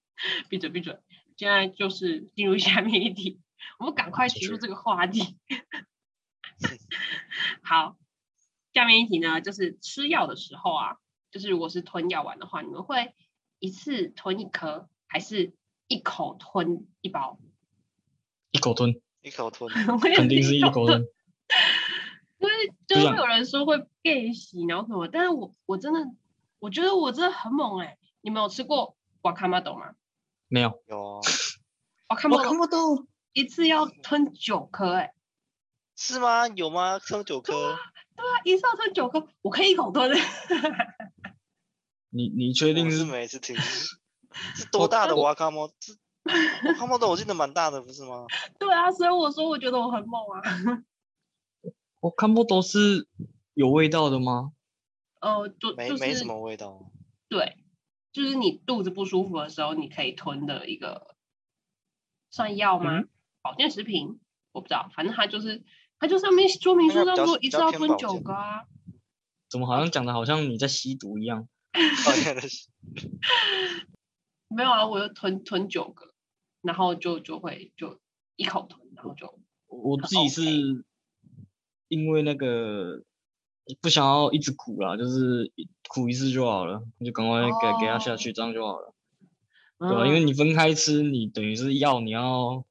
A: 闭嘴，闭嘴。现在就是进入下面一题，我们赶快
B: 进
A: 结束
B: 去
A: 这个话题。 好，下面一题呢，就是吃药的时候啊，就是如果是吞药丸的话，你们会一次吞一颗，还是一口吞一包？
B: 一口吞，
C: 一口吞，
A: 我也
B: 肯定是一口
A: 吞。
B: 吞。
A: 因为就
B: 就
A: 是
B: 这
A: 会
B: 样
A: 有人说会变形，然后什么，但是我我真的我觉得我真的很猛哎、你们有吃过瓦卡玛豆吗？
B: 没有，
C: 有啊
A: 瓦卡玛豆
B: 不懂。
A: 一次要吞九颗哎、
C: 是吗？有吗？生九颗，
A: 他啊一次要吞九颗，我可以一口吞、
B: 你你确定
C: 我是
B: 是？
C: 每次听是多大的
B: 我
C: 瓦卡莫？是瓦卡莫的我记得蛮大的，不是吗？
A: 对啊，所以我说我觉得我很猛啊。
B: 我看不都是有味道的吗？
A: 呃，就
C: 没
A: 就
C: 没
A: 是
C: 什么味道。哦
A: 对，就是你肚子不舒服的时候，你可以吞的一个算药吗？
B: 嗯
A: 保健食品，我不知道，反正它就是它就上面说明
C: 应该
A: 书
C: 比
A: 上
C: 较
A: 说
C: 比
A: 一次
C: 较
A: 要
C: 偏
A: 吞
C: 保
A: 九
C: 健
A: 个啊。
B: 怎么好像讲的好像你在吸毒一样？
C: 哦原来是
A: 没有啊，我就吞吞九个，然后就就会就一口吞，然后就
B: 我
A: 很
B: 自己
A: OK
B: 是因为那个不想要一直苦啦，就是一苦一次就好了，就赶快给、给它下
A: 哦嗯
B: 去，这样就好了，对啊吧、因为你分开吃，你等于是药你要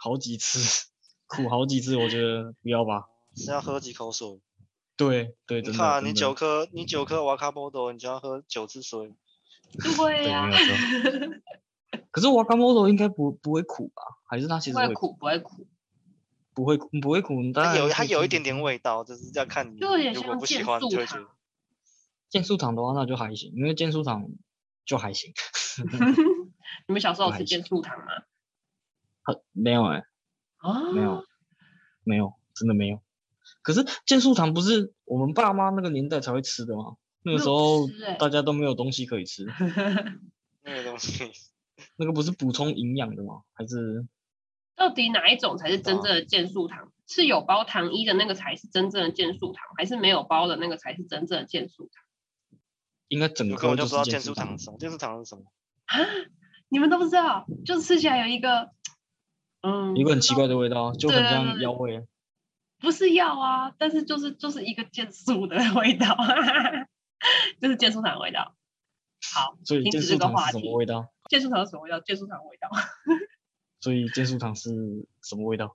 B: 好几次，苦好几次，我觉得不要吧。
C: 是要喝几口水。
B: 对对，
C: 你
B: 真
C: 看啊
B: 的，
C: 你
B: 真的嗯
C: 九颗，你九颗瓦卡波多，你就要喝九次水。
A: 对
B: 对，
A: 呀、
B: 没有错。可是 Wakamoto 应该不不会苦吧？还是它其
A: 不
B: 实
A: 会
B: 会
A: 苦，不会苦，
B: 不会苦不会苦？当
C: 它
B: 然
C: 有
B: 可
C: 它
B: 以
C: 有一
B: 吞
C: 点点味道，就是要看你
A: 就有点
C: 如果
A: 像
C: 不喜
A: 健
C: 欢，你
A: 素
C: 就会觉
A: 糖
C: 得。
B: 健素糖的话，那就还行，因为健素糖就还行。
A: 你们小时候有吃
B: 不太
A: 健素糖吗？
B: 很没有哎、
A: 啊，
B: 没有，没有，真的没有。可是健素糖不是我们爸妈那个年代才会吃的吗？那个时
A: 没有
B: 候
A: 吃欸
B: 大家都没有东西可以吃，
C: 那个 东西
B: 那个不是补充营养的吗？还是
A: 到底哪一种才是真正的健素糖？是有包糖衣的那个才是真正的健素糖，还是没有包的那个才是真正的健素糖？
B: 应该整
C: 我根
B: 颗
C: 本就不知
B: 是
C: 道
B: 健
C: 健
B: 素
C: 素
B: 糖
C: 糖是？什么，健素糖是什么？
A: 你们都不知道，就吃起来有一个，嗯，
B: 一个很奇怪的味道，就很
A: 对对
B: 像
A: 对
B: 药味。
A: 不是药啊，但是就是就是一个健素的味道， 就是健素糖的味道。好，
B: 所以
A: 停
B: 健
A: 止
B: 素
A: 这个
B: 糖
A: 话
B: 是什
A: 题
B: 么味道？
A: 健素糖是什么味道？健素糖的味道
B: 所以健素糖是什么味道？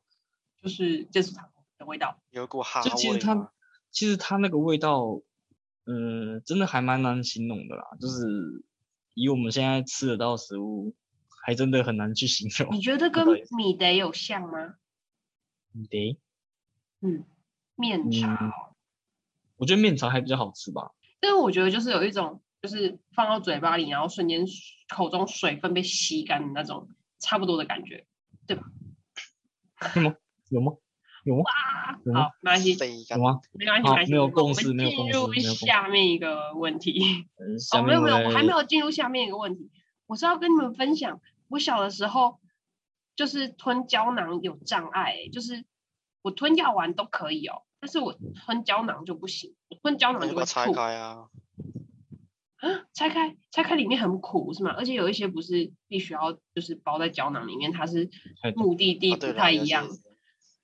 A: 就是健素糖的的味道。
C: 有一股哈味
B: 就
C: 嘛。
B: 其实它其实它那个味道，嗯、真的还蛮难形容的啦。就是以我们现在吃得到的食物，还真的很难去形容
A: 你。觉得跟
C: 倒也
A: 米得有像吗？
B: 对，
A: 嗯，面茶
B: 嗯
A: 哦。
B: 我觉得面茶还比较好吃吧。
A: 但是我觉得就是有一种，就是放到嘴巴里，然后瞬间口中水分被吸干的那种差不多的感觉
B: 有吗？有吗？
A: 啊。
B: 嗯
A: 好，没关系，
C: 非干
B: 有吗？
A: 没关系，没
B: 好
A: 关系。
B: 没有
A: 我们
B: 共识没有
A: 进
B: 共识
A: 入
B: 没有共识
A: 下面一个问题。
B: 嗯，下
A: 哦，没
B: 面
A: 有没有，
B: 来
A: 我还没有进入下面一个问题。我是要跟你们分享，我小的时候就是吞胶囊有障碍欸、就是我吞药丸都可以哦，但是我吞胶囊就不行，我吞胶囊
C: 你
A: 就
C: 把
A: 会
C: 它拆
A: 吐。
C: 开啊，
A: 啊，拆开，拆开里面很苦是吗？而且有一些不是必须要就是包在胶囊里面，它是
B: 太多
A: 目的地
C: 啊对
A: 不
C: 啦
A: 太
C: 有
A: 一样，
C: 些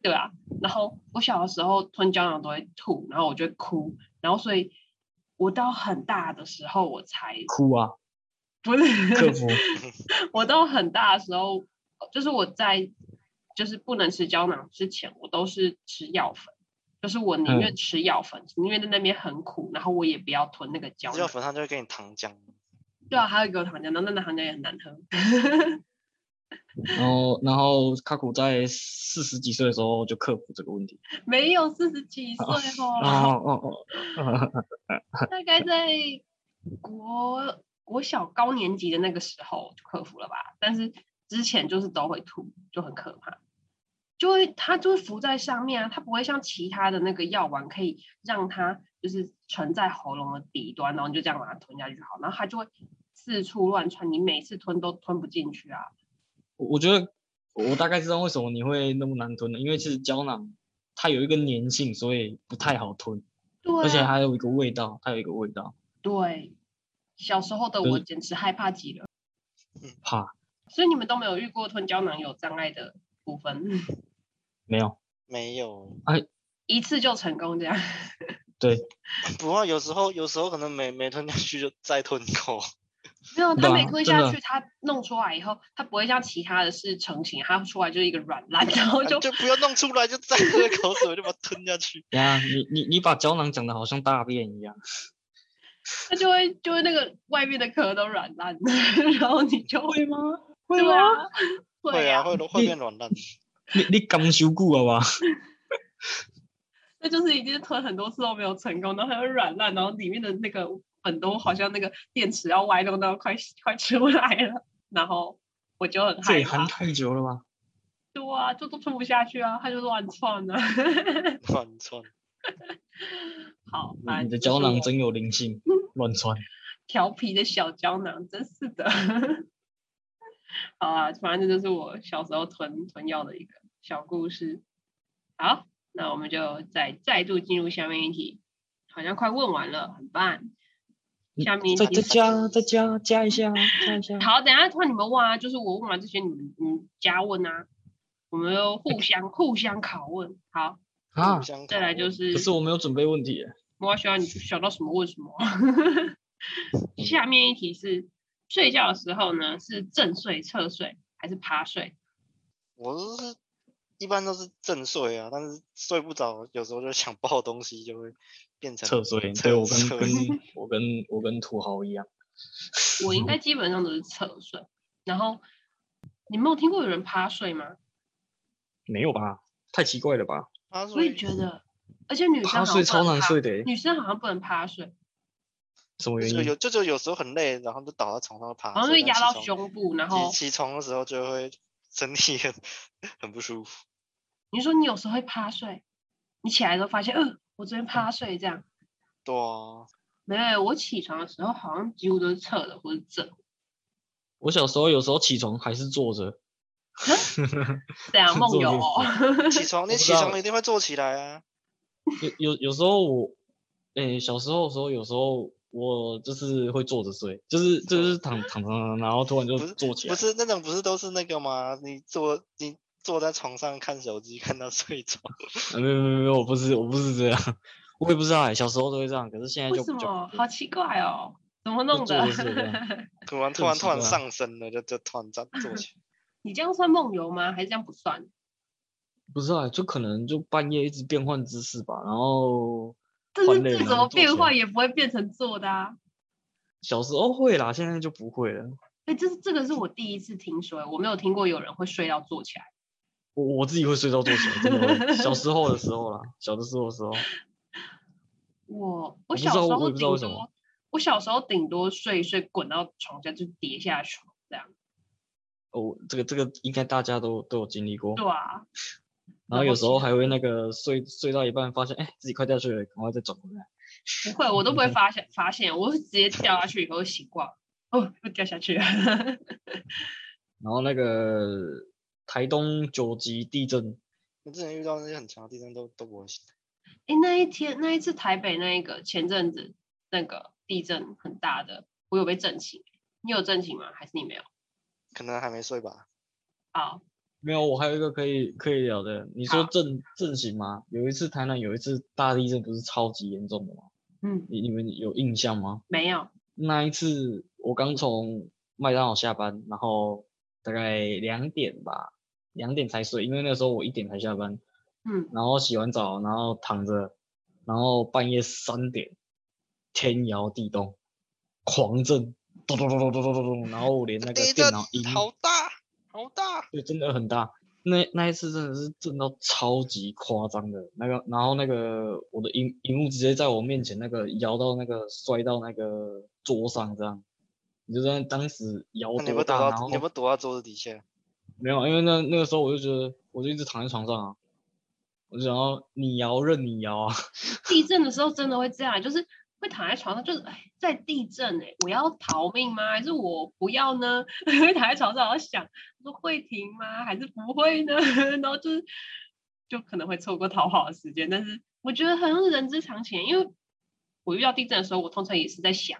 A: 对啊。然后我小的时候吞胶囊都会吐，然后我就会哭，然后所以我到很大的时候我才
B: 哭啊，
A: 不是
B: 克服。
A: 我到很大的时候，就是我在就是不能吃胶囊之前，我都是吃药粉，就是我宁愿吃药粉，宁愿在那边很苦，然后我也不要吞那个胶
C: 只有
A: 囊。
C: 粉上就会给你糖浆。
A: 对啊，还有一个糖浆，然后那个糖浆也很难喝。
B: 然后，然后卡古在四十几岁的时候就克服这个问题。
A: 没有四十几岁
B: 哦
A: 哦，
B: 哦哦，
A: 大概在国国小高年级的那个时候就克服了吧，但是之前就是都会吐，就很可怕，就会它就会浮在上面啊，它不会像其他的那个药丸可以让它就是沉在喉咙的底端，然后你就这样把它吞下去就好，然后它就会四处乱窜，你每次吞都吞不进去啊，
B: 我我觉得我大概知道为什么你会那么难吞了，因为其实胶囊它有一个粘性，所以不太好吞，
A: 对啊，
B: 而且还有一个味道，它有一个味道，
A: 对，小时候的
B: 就
A: 我
B: 是
A: 简直害怕极了。
B: 怕
A: 所以你们都没有遇过吞胶囊有障碍的部分，嗯
B: 没有。
C: 没有，
A: 一次就成功这样。
C: 不过有时候有时候可能没没吞下去就再吞 一口，
A: 没有，
B: 对
A: 它
B: 啊
A: 每吞
B: 真
A: 下
B: 的
A: 去，它弄出来以后，它不会像其他的是成型，它出来就是一个软烂，然
B: 呃
A: 后就
C: 就不要弄出来，就再喝一口水就把它吞下去。
B: 呀，你你你把胶囊讲的好像大便一样，
A: 它就会就会那个外面的壳都软烂， 然后你就会
B: 吗？
A: 对啊，
C: 会
A: 啊
C: 啊，，会会
B: 你
C: 变软烂。
B: 你你刚修过了吧？
A: 那就是已经吞很多次都没有成功，然后还会软烂，然后里面的那个粉都好像那个电池要歪弄到快快出来了，然后我就很
B: 这
A: 害
B: 也含
A: 怕，
B: 太久了吧？
A: 对啊，就都吞不下去啊，它就乱窜啊。
C: 乱窜，
A: 好，
B: 你
A: 反
B: 的
A: 正
B: 胶
A: 就是
B: 囊
A: 我
B: 真有灵性，乱穿。
A: 调皮的小胶囊，真是的。 好啊，反正这就是我小时候囤囤药的一个小故事。好，那我们就再再度进入下面一题，好像快问完了，很棒。下面一
B: 嗯再
A: 题
B: 再加再加加一下，加一下。
A: 好，等一下换你们问啊，就是我问完这些，你们你们加问啊，我们就互相互相拷问。好，
B: 啊
C: 互，相
A: 再来
C: 拷
A: 就
C: 问
A: 是
B: 可是我没有准备问题耶。
A: 我喜欢你想到什么问什 么。下面一题是：睡觉的时候呢，是正睡、侧睡还是趴睡？
C: 我都是一般都是正睡啊，但是睡不着，有时候就想抱东西，就会变成
B: 侧睡，
C: 侧
B: 对我跟
C: 睡
B: 跟我跟我跟土豪一样，
A: 我应该
B: 嗯
A: 基本上都是侧睡。然后，你没有听过有人趴睡吗？
B: 没有吧？太奇怪了吧？
C: 他说
A: 我也觉得，而且女生
B: 趴
A: 好像
B: 睡
A: 不
B: 超
A: 能
B: 难
A: 趴
B: 睡的耶，
A: 女生好像不能趴睡，
B: 什么
C: 就
B: 原
C: 是
B: 因？
C: 有就就有时候很累，然后就倒在床上趴着，
A: 好像会
C: 但
A: 压
C: 起
A: 到
C: 床，
A: 胸部。然
C: 起
A: 后
C: 起床的时候就会身体很很不舒服。
A: 你说你有时候会趴睡，你起来之后发现，呃，我
B: 嗯
A: 昨天趴睡这样。
C: 对啊，
A: 没有，我起床的时候好像几乎都是侧的或者正，
B: 我小时候有时候起床还是坐着，
A: 这样梦
B: 做
A: 游、
B: 梦
A: 哦。
C: 起床你
B: 不
C: 起
B: 知道
C: 床一定会坐起来啊，
B: 有有有时候我，诶、小时候的时候，有时候我就是会坐着睡，就是就是躺躺着，然后突然就
C: 哦不是
B: 坐起来
C: 不。是那种不是都是那个吗？你坐你坐在床上看手机看到睡着，
B: 呃没有没有没有，我不是我不是这样，我也不知道哎、小时候都会这样，可是现在
A: 为
B: 就
A: 什
B: 不就
A: 么？好奇怪哦，怎么弄
B: 坐
A: 的
B: 着？睡 这样
C: 突然
B: 更
C: 突然
B: 奇
C: 突然
B: 怪啊
C: 上升了，就就突然站坐起来。
A: 你这样算梦游吗？还是这样不算？
B: 不知道、欸就可能就半夜一直变换姿势吧，然后
A: 但
B: 换
A: 是
B: 类
A: 再
B: 然
A: 怎
B: 后
A: 么
B: 做起
A: 变
B: 来
A: 换也不会变成做的啊。
B: 小时候会啦，现在就不会了。
A: 哎，这是这个是我第一次听说，我没有听过有人会睡到坐起来。
B: 我我自己会睡到坐起来，真的会。小时候的时候啦，小的时候的时候，
A: 我
B: 不
A: 我
B: 知
A: 小时
B: 道我
A: 候
B: 也不知道
A: 顶
B: 为什么
A: 多，我小时候顶多睡一睡滚到床下就跌下床这样。
B: 哦，这个这个应该大家都都有经历过。
A: 对啊，
B: 然后有时候
A: 起来
B: 还会那个睡睡到一半，发现哎自己快掉下去了，赶快再转回来。
A: 不会，我都不会发现发现，我是直接掉下去以后就醒过来，哦，又掉下去了。
B: 然后那个台东九级地震，
C: 我之前遇到那些很强的地震都都不会醒，
A: 哎，那一天那一次台北那一个前阵子那个地震很大的，我有被震醒。你有震醒吗？还是你没有？哦
C: 可能还没睡吧。
A: 好，
B: 没有，我还有一个可以可以聊的。你说
A: 好
B: 震震醒吗？有一次台南有一次大地震，不是超级严重的吗？
A: 嗯，
B: 你你们有印象吗？
A: 没有，
B: 那一次我刚从麦当劳下班，然后大概两点吧，两点才睡，因为那时候我一点才下班，
A: 嗯，
B: 然后洗完澡，然后躺着，然后半夜三点，天摇地动，狂震，咚咚咚咚咚咚咚咚，然后我连那个
C: 地
B: 电
C: 震
B: 脑音，
C: 好大，好大，
B: 对，真的很大。那那一次真的是震到超级夸张的，那个，然后那个我的荧荧幕直接在我面前那个摇到那个摔到那个桌上这样，你就知道当时摇
C: 那你有
B: 多
C: 没有躲
B: 大，然
C: 到
B: 后
C: 你有没有躲到桌子底下？
B: 没有，因为那那个时候我就觉得我就一直躺在床上啊，我就想要你摇任你摇啊，
A: 地震的时候真的会这样，就是会躺在床上，就是哎，在地震哎、我要逃命吗？还是我不要呢？ 会躺在床上，然后想说会停吗？还是不会呢？ 然后就是就可能会错过逃跑的时间，但是我觉得很像是人之常情，因为我遇到地震的时候，我通常也是在想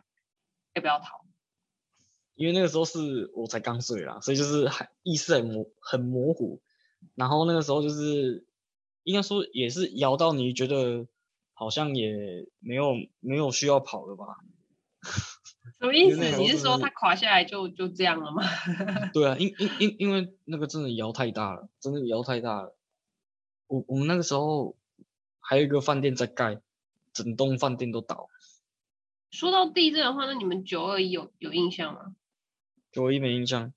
A: 要不要逃。
B: 因为那个时候是我才刚睡啦，所以就是还意识很模很模糊。然后那个时候就是应该说也是摇到你觉得好像也没有没有需要跑了吧？
A: 什么意
B: 因
A: 思？
B: 为那时候
A: 你是说
B: 是
A: 它垮下来就就这样了吗？
B: 对啊，因因因因为那个真的摇太大了，真的摇太大了。我我们那个时候还有一个饭店在盖，整栋饭店都倒，
A: 说到地震的话，那你们九二一有有印象吗？
B: 给我一没印象。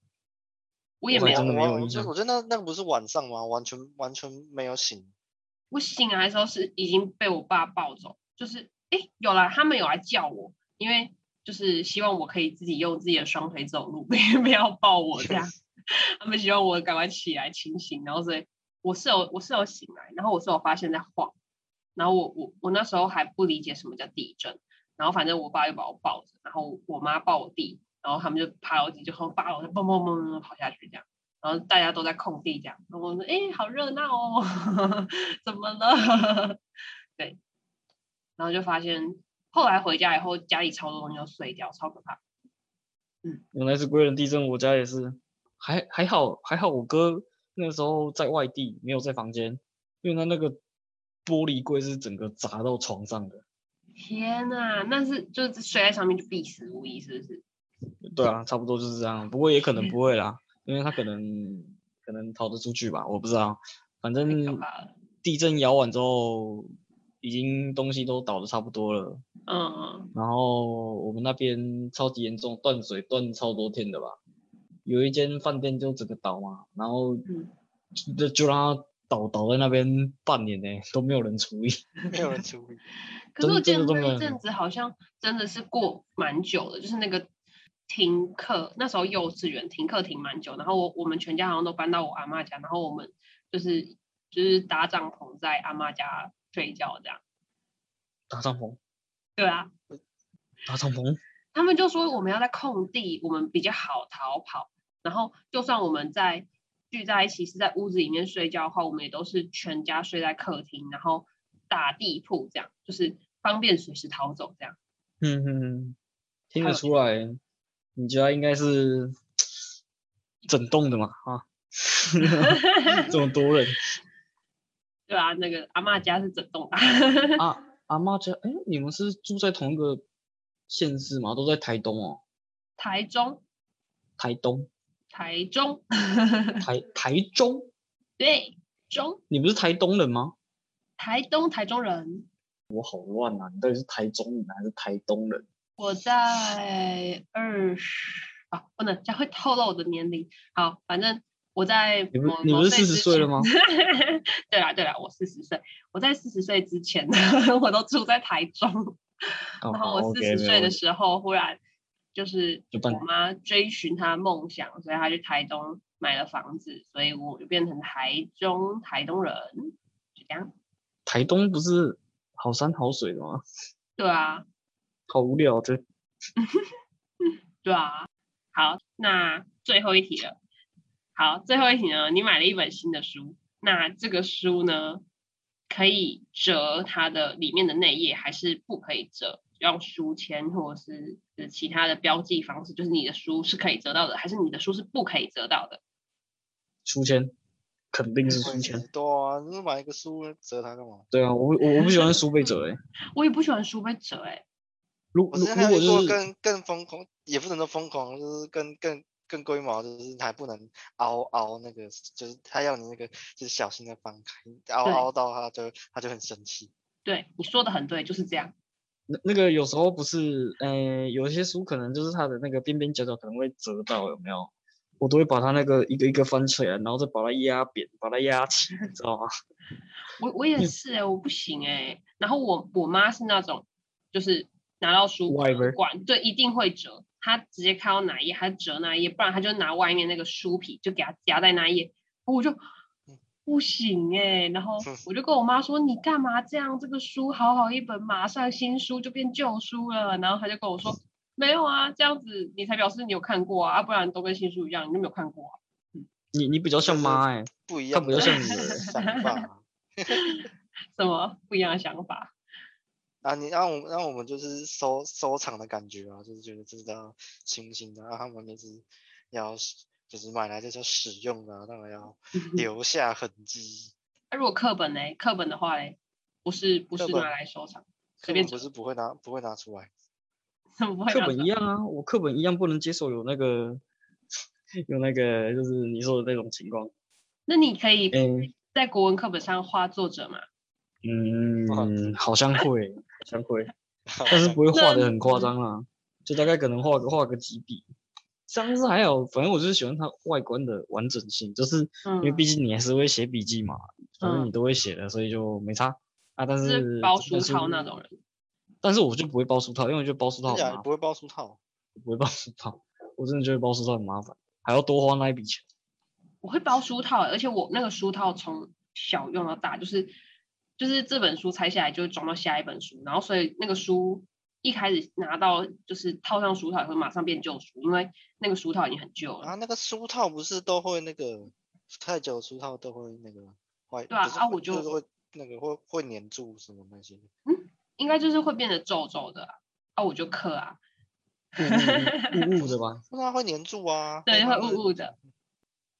A: 我也
B: 我
A: 没
B: 还真的
A: 有，
B: 没有
C: 我
B: 印
C: 就
B: 象
C: 我觉得那那个不是晚上吗？完全完全没有醒，
A: 我醒来的时候啊是已经被我爸抱走，就是诶，有啦，他们有来叫我，因为就是希望我可以自己用自己的双腿走路， 不要抱我这样。 他们希望我赶快起来清醒，然后所以我是有我是有醒来，然后我是有发现在晃，然后我我我那时候还不理解什么叫地震，然后反正我爸就把我抱着，然后我妈抱我弟，然后他们就爬楼梯就从八楼就蹦蹦蹦蹦蹦跑下去这样。然后大家都在空地这样，然后我说：“哎、好热闹哦， 怎么了？” 对，然后就发现后来回家以后，家里超多东西都碎掉，超可怕。
B: 原来是归仁地震，我家也是，还还好还好，我哥那个时候在外地，没有在房间，因为他那个玻璃柜是整个砸到床上的。
A: 天呐，那是就是睡在上面就必死无疑，是不是？
B: 对啊，差不多就是这样，不过也可能不会啦，因为他可能可能逃得出去吧，我不知道。反
A: 太可
B: 正
A: 怕了。
B: 地震摇完之后，已经东西都倒的差不多了，
A: 嗯，
B: 然后我们那边超级严重，断水断超多天的吧，有一间饭店就整个倒嘛，然后
A: 嗯
B: 就就让它倒倒在那边半年呢、都没有人处理。
C: 没有 人处理。
A: 可是我记
B: 真
A: 得
B: 的真的
A: 那
B: 真
A: 一
B: 的
A: 阵子好像真的是过蛮久的，就是那个停课，那时候幼稚园停课停蛮久，然后我我们全家好像都搬到我阿妈家，然后我们就是就是搭帐篷在阿妈家睡觉这样。
B: 搭帐篷，
A: 对啊，
B: 搭帐篷，
A: 他们就说我们要在空地，我们比较好逃跑。然后就算我们在聚在一起是在屋子里面睡觉的话，我们也都是全家睡在客厅，然后打地铺这样，就是方便随时逃走这样。
B: 嗯哼哼，听
A: 还有
B: 得出来，你家应该是整栋的嘛啊，这么多人
A: 对啊，那个阿嬷家是整栋的，
B: 啊，阿妈家，哎、你们是住在同一个县市吗？都在台东哦，
A: 台中，
B: 台东，
A: 台中，
B: 台台中，
A: 对，中，
B: 你不是台东人吗？
A: 台东，台中人。
B: 我好乱啊！你到底是台中人还是台东人？
A: 我在二十啊，不能这样会透露我的年龄。好，反正我在
B: 你不
A: 某
B: 你不
A: 某
B: 是
A: 岁之
B: 40岁了
A: 前
B: 吗？
A: 对啦对啦，啊我四十岁。我在四十岁之前， 我都住在台中。
B: 哦
A: 然
B: 好
A: 后我四
B: ，OK，
A: 十
B: 没
A: 岁
B: 有
A: 的
B: 问题
A: 时候，忽然就是
B: 就搬
A: 我妈追寻她的梦想，所以她去台东买了房子，所以我就变成台中台东人，就这样。
B: 台东不是好山好水的吗？
A: 对啊，
B: 好无聊的。
A: 对啊。好，那最后一题了。好，最后一题呢，你买了一本新的书，那这个书呢，可以折它的里面的内页，还是不可以折？用书签或者是呃其他的标记方式，就是你的书是可以折到的，还是你的书是不可以折到的？
B: 书签，肯定是
C: 我
B: 书
C: 也
B: 签
C: 知。道啊，你买一个书折它干嘛？
B: 对啊，我不我我不喜欢书被折 诶、
A: 我也不喜欢书被折、欸，
B: 如
C: 我
B: 如
C: 之前还
B: 如果
C: 有遇过
B: 就是
C: 更更疯狂，也不能说疯狂，就是更更更龟毛，就是还不能凹凹那个，就是他要你那个就是小心的翻开，凹
A: 对
C: 凹到他就他就很生气。
A: 对，你说的很对，就是这样。
B: 那那个有时候不是，呃，有一些书可能就是它的那个边边角角可能会折到，有没有？我都会把它那个一个一个翻起来，然后再把它压扁，把它压起，你知道吗？
A: 我我也是哎、我不行哎、然后我我妈是那种，就是拿到书不
B: Whatever
A: 管，对，一定会折。她直接看到哪一页，她就折哪一页，不然她就拿外面那个书皮就给它夹在那一页。我就不行哎、然后我就跟我妈说：“你干嘛这样？这个书好好一本，马上新书就变旧书了。”然后她就跟我说：“没有啊，这样子你才表示你有看过啊，啊不然都跟新书一样，你就没有看过啊、
B: 你你比较像
C: 就是
B: 妈欸诶、
C: 不一
B: 他
C: 样
B: 比
C: 的
B: 较像你的
C: 想法
A: 什么不一样的想法？”
C: 啊！你让我们让我们就是收收藏的感觉啊，就是觉得这是要新兴的，啊，他们就是要就是买来就是要使用的、啊，当然要
A: 嗯
C: 留下痕迹。
A: 那、如果课本呢？课本的话嘞，不是不
C: 课
A: 是
C: 本
A: 拿来收藏， 随
C: 课
A: 便
C: 本不
A: 折
C: 是不会拿不会拿出 来，
A: 怎么会
B: 课
A: 拿
B: 本
A: 走
B: 一样啊，我课本一样不能接受有那个有那个就是你说的那种情况。
A: 那你可以
B: 诶、
A: 在国文课本上画作者嘛？
B: 嗯，好像会，好像会。但
C: 但
B: 是不会画的
A: 那
B: 很夸张啊，就大概可能画个画个几笔。这样子还好，反正我就是喜欢它外观的完整性，就是
A: 嗯，
B: 因为毕竟你还是会写笔记嘛，反正
A: 嗯
B: 你都会写的，所以就没差啊。但
A: 是
B: 是
A: 包
B: 这
A: 书
B: 本
A: 套那种人，啊
B: 但是我就不会包书套，因为我觉得包书套
C: 真
B: 很
C: 假
B: 麻
C: 的
B: 烦，
C: 不会包书套。
B: 不会包书套，我真的觉得包书套很麻烦，还要多花那一笔钱。
A: 我会包书套，欸而且我那个书套从小用到大，就是就是这本书拆下来就会装到下一本书，然后所以那个书一开始拿到就是套上书套也会马上变旧书，因为那个书套已经很旧了。
C: 啊，那个书套不是都会那个太久书套都会那个坏，
A: 对啊
C: 不是
A: 啊
C: 会
A: 我就是
C: 会那个会会粘住什么那些，
A: 应该就是会变得皱皱的啊，啊我就刻啊，
B: 嗯雾雾雾的 吧，
C: 那它会粘住啊，
A: 对，会
C: 它
A: 雾雾
B: 嗯
A: 的。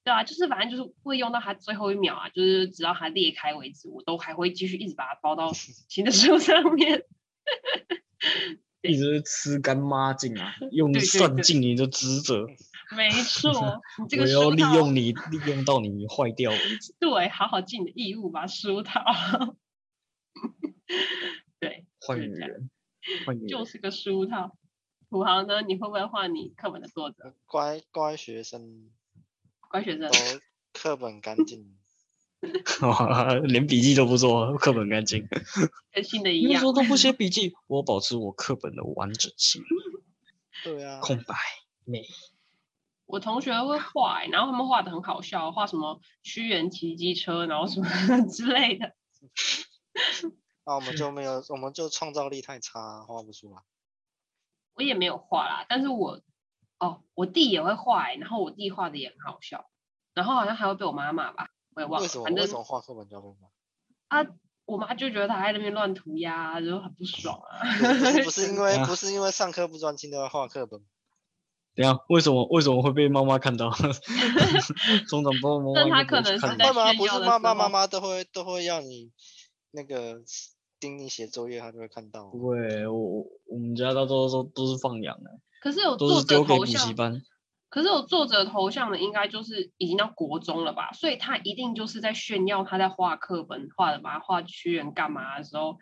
A: 对啊，就是反正就是会用到它最后一秒啊，就是直到它裂开为止，我都还会继续一直把它包 到新的书上面。
B: 一直吃干抹 净啊，用
A: 对对
B: 善
A: 对
B: 尽你的职责，
A: 没 错，你这个
B: 我要
A: 书
B: 利
A: 套
B: 用你，利用到你坏掉为止。
A: 对，好好尽你的义务吧，书套。 对，
B: 坏
A: 是
B: 女
A: 这样
B: 人，坏女
A: 就
B: 人。
A: 是个书套。土豪呢？你会不会画你课本的作者？
C: 呃乖乖学生
A: 乖学生
B: 哦
C: 都课本干净，
B: 连笔记都不做，课本干净。
A: 跟新的一
B: 你们
A: 样，
B: 说都不写笔记，我保持我课本的完整 性，
C: 对啊，
B: 空白没。
A: 我同学会画欸、然后他们画的很好笑，画什么屈原骑机车，然后什么 之类的。
C: 那我们就没有，我们就创造力太差，画不出来。
A: 我也没有画啦，但是我哦，我弟也会画、欸，然后我弟画的也很好笑，然后好像还会被我妈骂吧，我也忘
C: 为
A: 了
C: 什，么
A: 反
C: 为什
A: 正
C: 么画课本就要被骂？
A: 我妈就觉得他在那边乱涂鸦，就很不爽啊。
C: 不 是不是因为
B: 啊
C: 不是因为上课不专心都要画课本，
B: 等一下，为什么为什么会被妈 妈看到？通常被妈妈
A: 但
B: 应
A: 她
B: 该不会
A: 可能
B: 去看
A: 是
B: 的
A: 在
C: 会吗？
A: 炫
C: 不
A: 耀
C: 是
A: 的
C: 妈
A: 时
C: 妈妈
A: 候
C: 妈都会都会要你那个盯你写作业，她就会看到啊。
B: 不会，我我我们家到时候都都是放养的，啊
A: 可是有
B: 都
A: 作
B: 是
A: 者
B: 丢给
A: 头
B: 补习
A: 像，
B: 班。
A: 可是有作者头像的，应该就是已经到国中了吧，所以他一定就是在炫耀他在画课本，画的把它画屈原干嘛的时候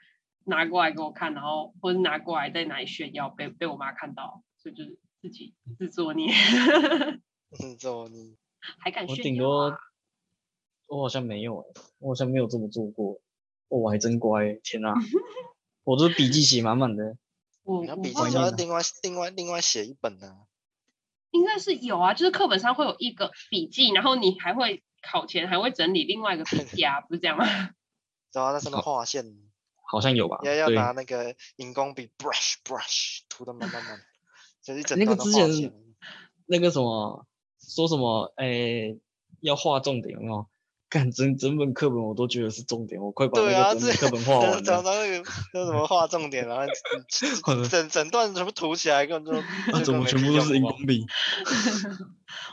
A: 拿过来给我看，然后或者拿过来在哪里炫耀，被被我妈看到，所以就是自己自作孽，
C: 嗯，这种你
A: 还敢
B: 我
A: 炫
B: 顶
A: 耀、啊
B: 多？，我好像没有哎、我好像没有这么做过。哦，我还真乖、天啊！我这笔记写满满的，
A: 我
C: 你要
A: 我
C: 笔
A: 忘
B: 怀
C: 记就
A: 了
C: 要
B: 念啊
C: 另外另外另外写一本啊呢、
A: 应该是有啊，就是课本上会有一个笔记，然后你还会考前还会整理另 外一个笔记啊，不是这样吗？
C: 然后那
A: 哦
C: 上面
B: 好
C: 画线，啊
B: 好像有吧？
A: 啊
C: 要要
B: 对
C: 拿那个荧光笔 brush brush 涂的慢慢慢，就是一整
B: 那
C: 段
B: 个
C: 都
B: 之
C: 画
B: 前
C: 线。
B: 那个什么说什么，诶、要画重点有没有？看整整本课本我都觉得是重点，我快把
C: 对
B: 那
C: 啊，
B: 个整
C: 这
B: 本课本画
C: 这
B: 完
C: 找
B: 了。
C: 到那个那什么画重点，然后整
B: 我的
C: 整整段全部涂起来，根本就
B: 呃那怎
C: 就根
B: 么
C: 本
B: 全部
C: 没屁
B: 都
C: 用
B: 是荧
C: 好不好
B: 光笔？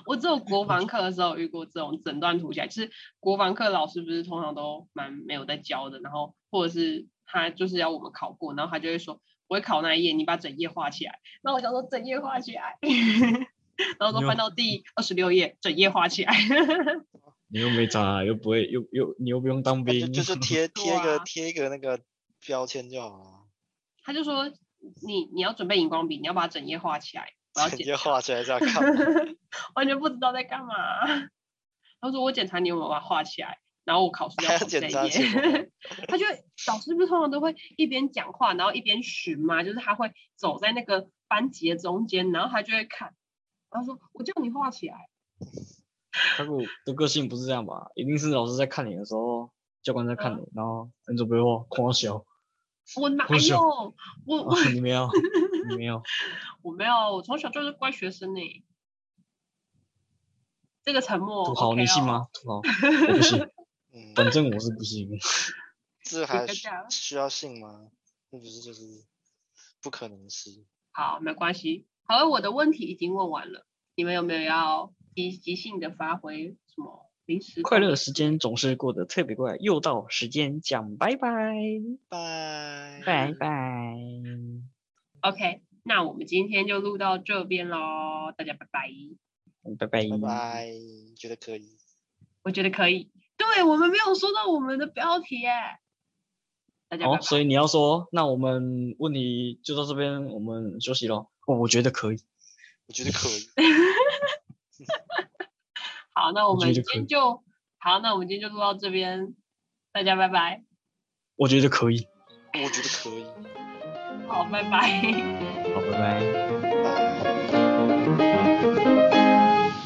A: 我只有国防课的时候有遇过这种整段涂起来，就是国防课老师不是通常都蛮没有在教的，然后或者是他就是要我们考过，然后他就会说我会考那一页，你把整页画起来。那我想说整页画起来， 然后都翻到第二十六页，整页画起来。
B: 你又没查，又不会，又又你又不用当
C: 那啊就
B: 兵，
C: 就是贴贴一
A: 对
C: 个
A: 啊
C: 贴一个那个标签就好了。
A: 他就说你你要准备荧光笔，你要把整页画起来，我要
C: 直
A: 检
C: 接
A: 查。
C: 画起来这 样 看嘛。
A: 完全不知道在干嘛。他说我检查你有没有把它画起来，然后我考试要
C: 还要
A: 考这
C: 检查
A: 一
C: 结果
A: 页。 他就会老师不是通常都会一边讲话，然后一边巡嘛，就是他会走在那个班级的中间，然后他就会看，然后说我叫你画起来，
B: 他跟我的个性不是这样吧？一定是老师在看你的时候，教官在看你，然后你准备画狂小，
A: 我哪
B: 不是
A: 有，我我
B: 啊 你没有，你没有，
A: 我没有，我从小就是乖学生呢、欸这个沉默
B: 土豪
A: OK
B: 你信
A: 哦？
B: 吗？土豪，我不信，
C: 嗯，
B: 反正我是不信。
C: 这还
A: 就
C: 需
A: 这样
C: 需要信吗？那不是就是不可能的事。
A: 好，没关系。好了，我的问题已经问完了，你们有没有要即即兴的发挥什么临时
B: 快
A: 动
B: 乐的时间总是过得特别快，又到时间讲拜拜，
C: 拜
B: 拜拜。
A: ？OK，那我们今天就录到这边喽，大家拜拜。
B: 拜拜
C: 拜拜，觉得可以。
A: 我觉得可以，对我们没有说到我们的标题耶，大家拜
B: 哦，
A: 拜。
B: 所以你要说，那我们问题就到这边，我们休息咯。哦，我觉得可以。
C: 我觉得可以。
A: 好，那我
B: 我觉
A: 们
B: 得
A: 今
B: 可以
A: 天就好，那我们今天就录到这边，大家拜拜。
B: 我觉得可以。
C: 我觉得可以。
A: 好，拜拜。
B: 好，拜拜。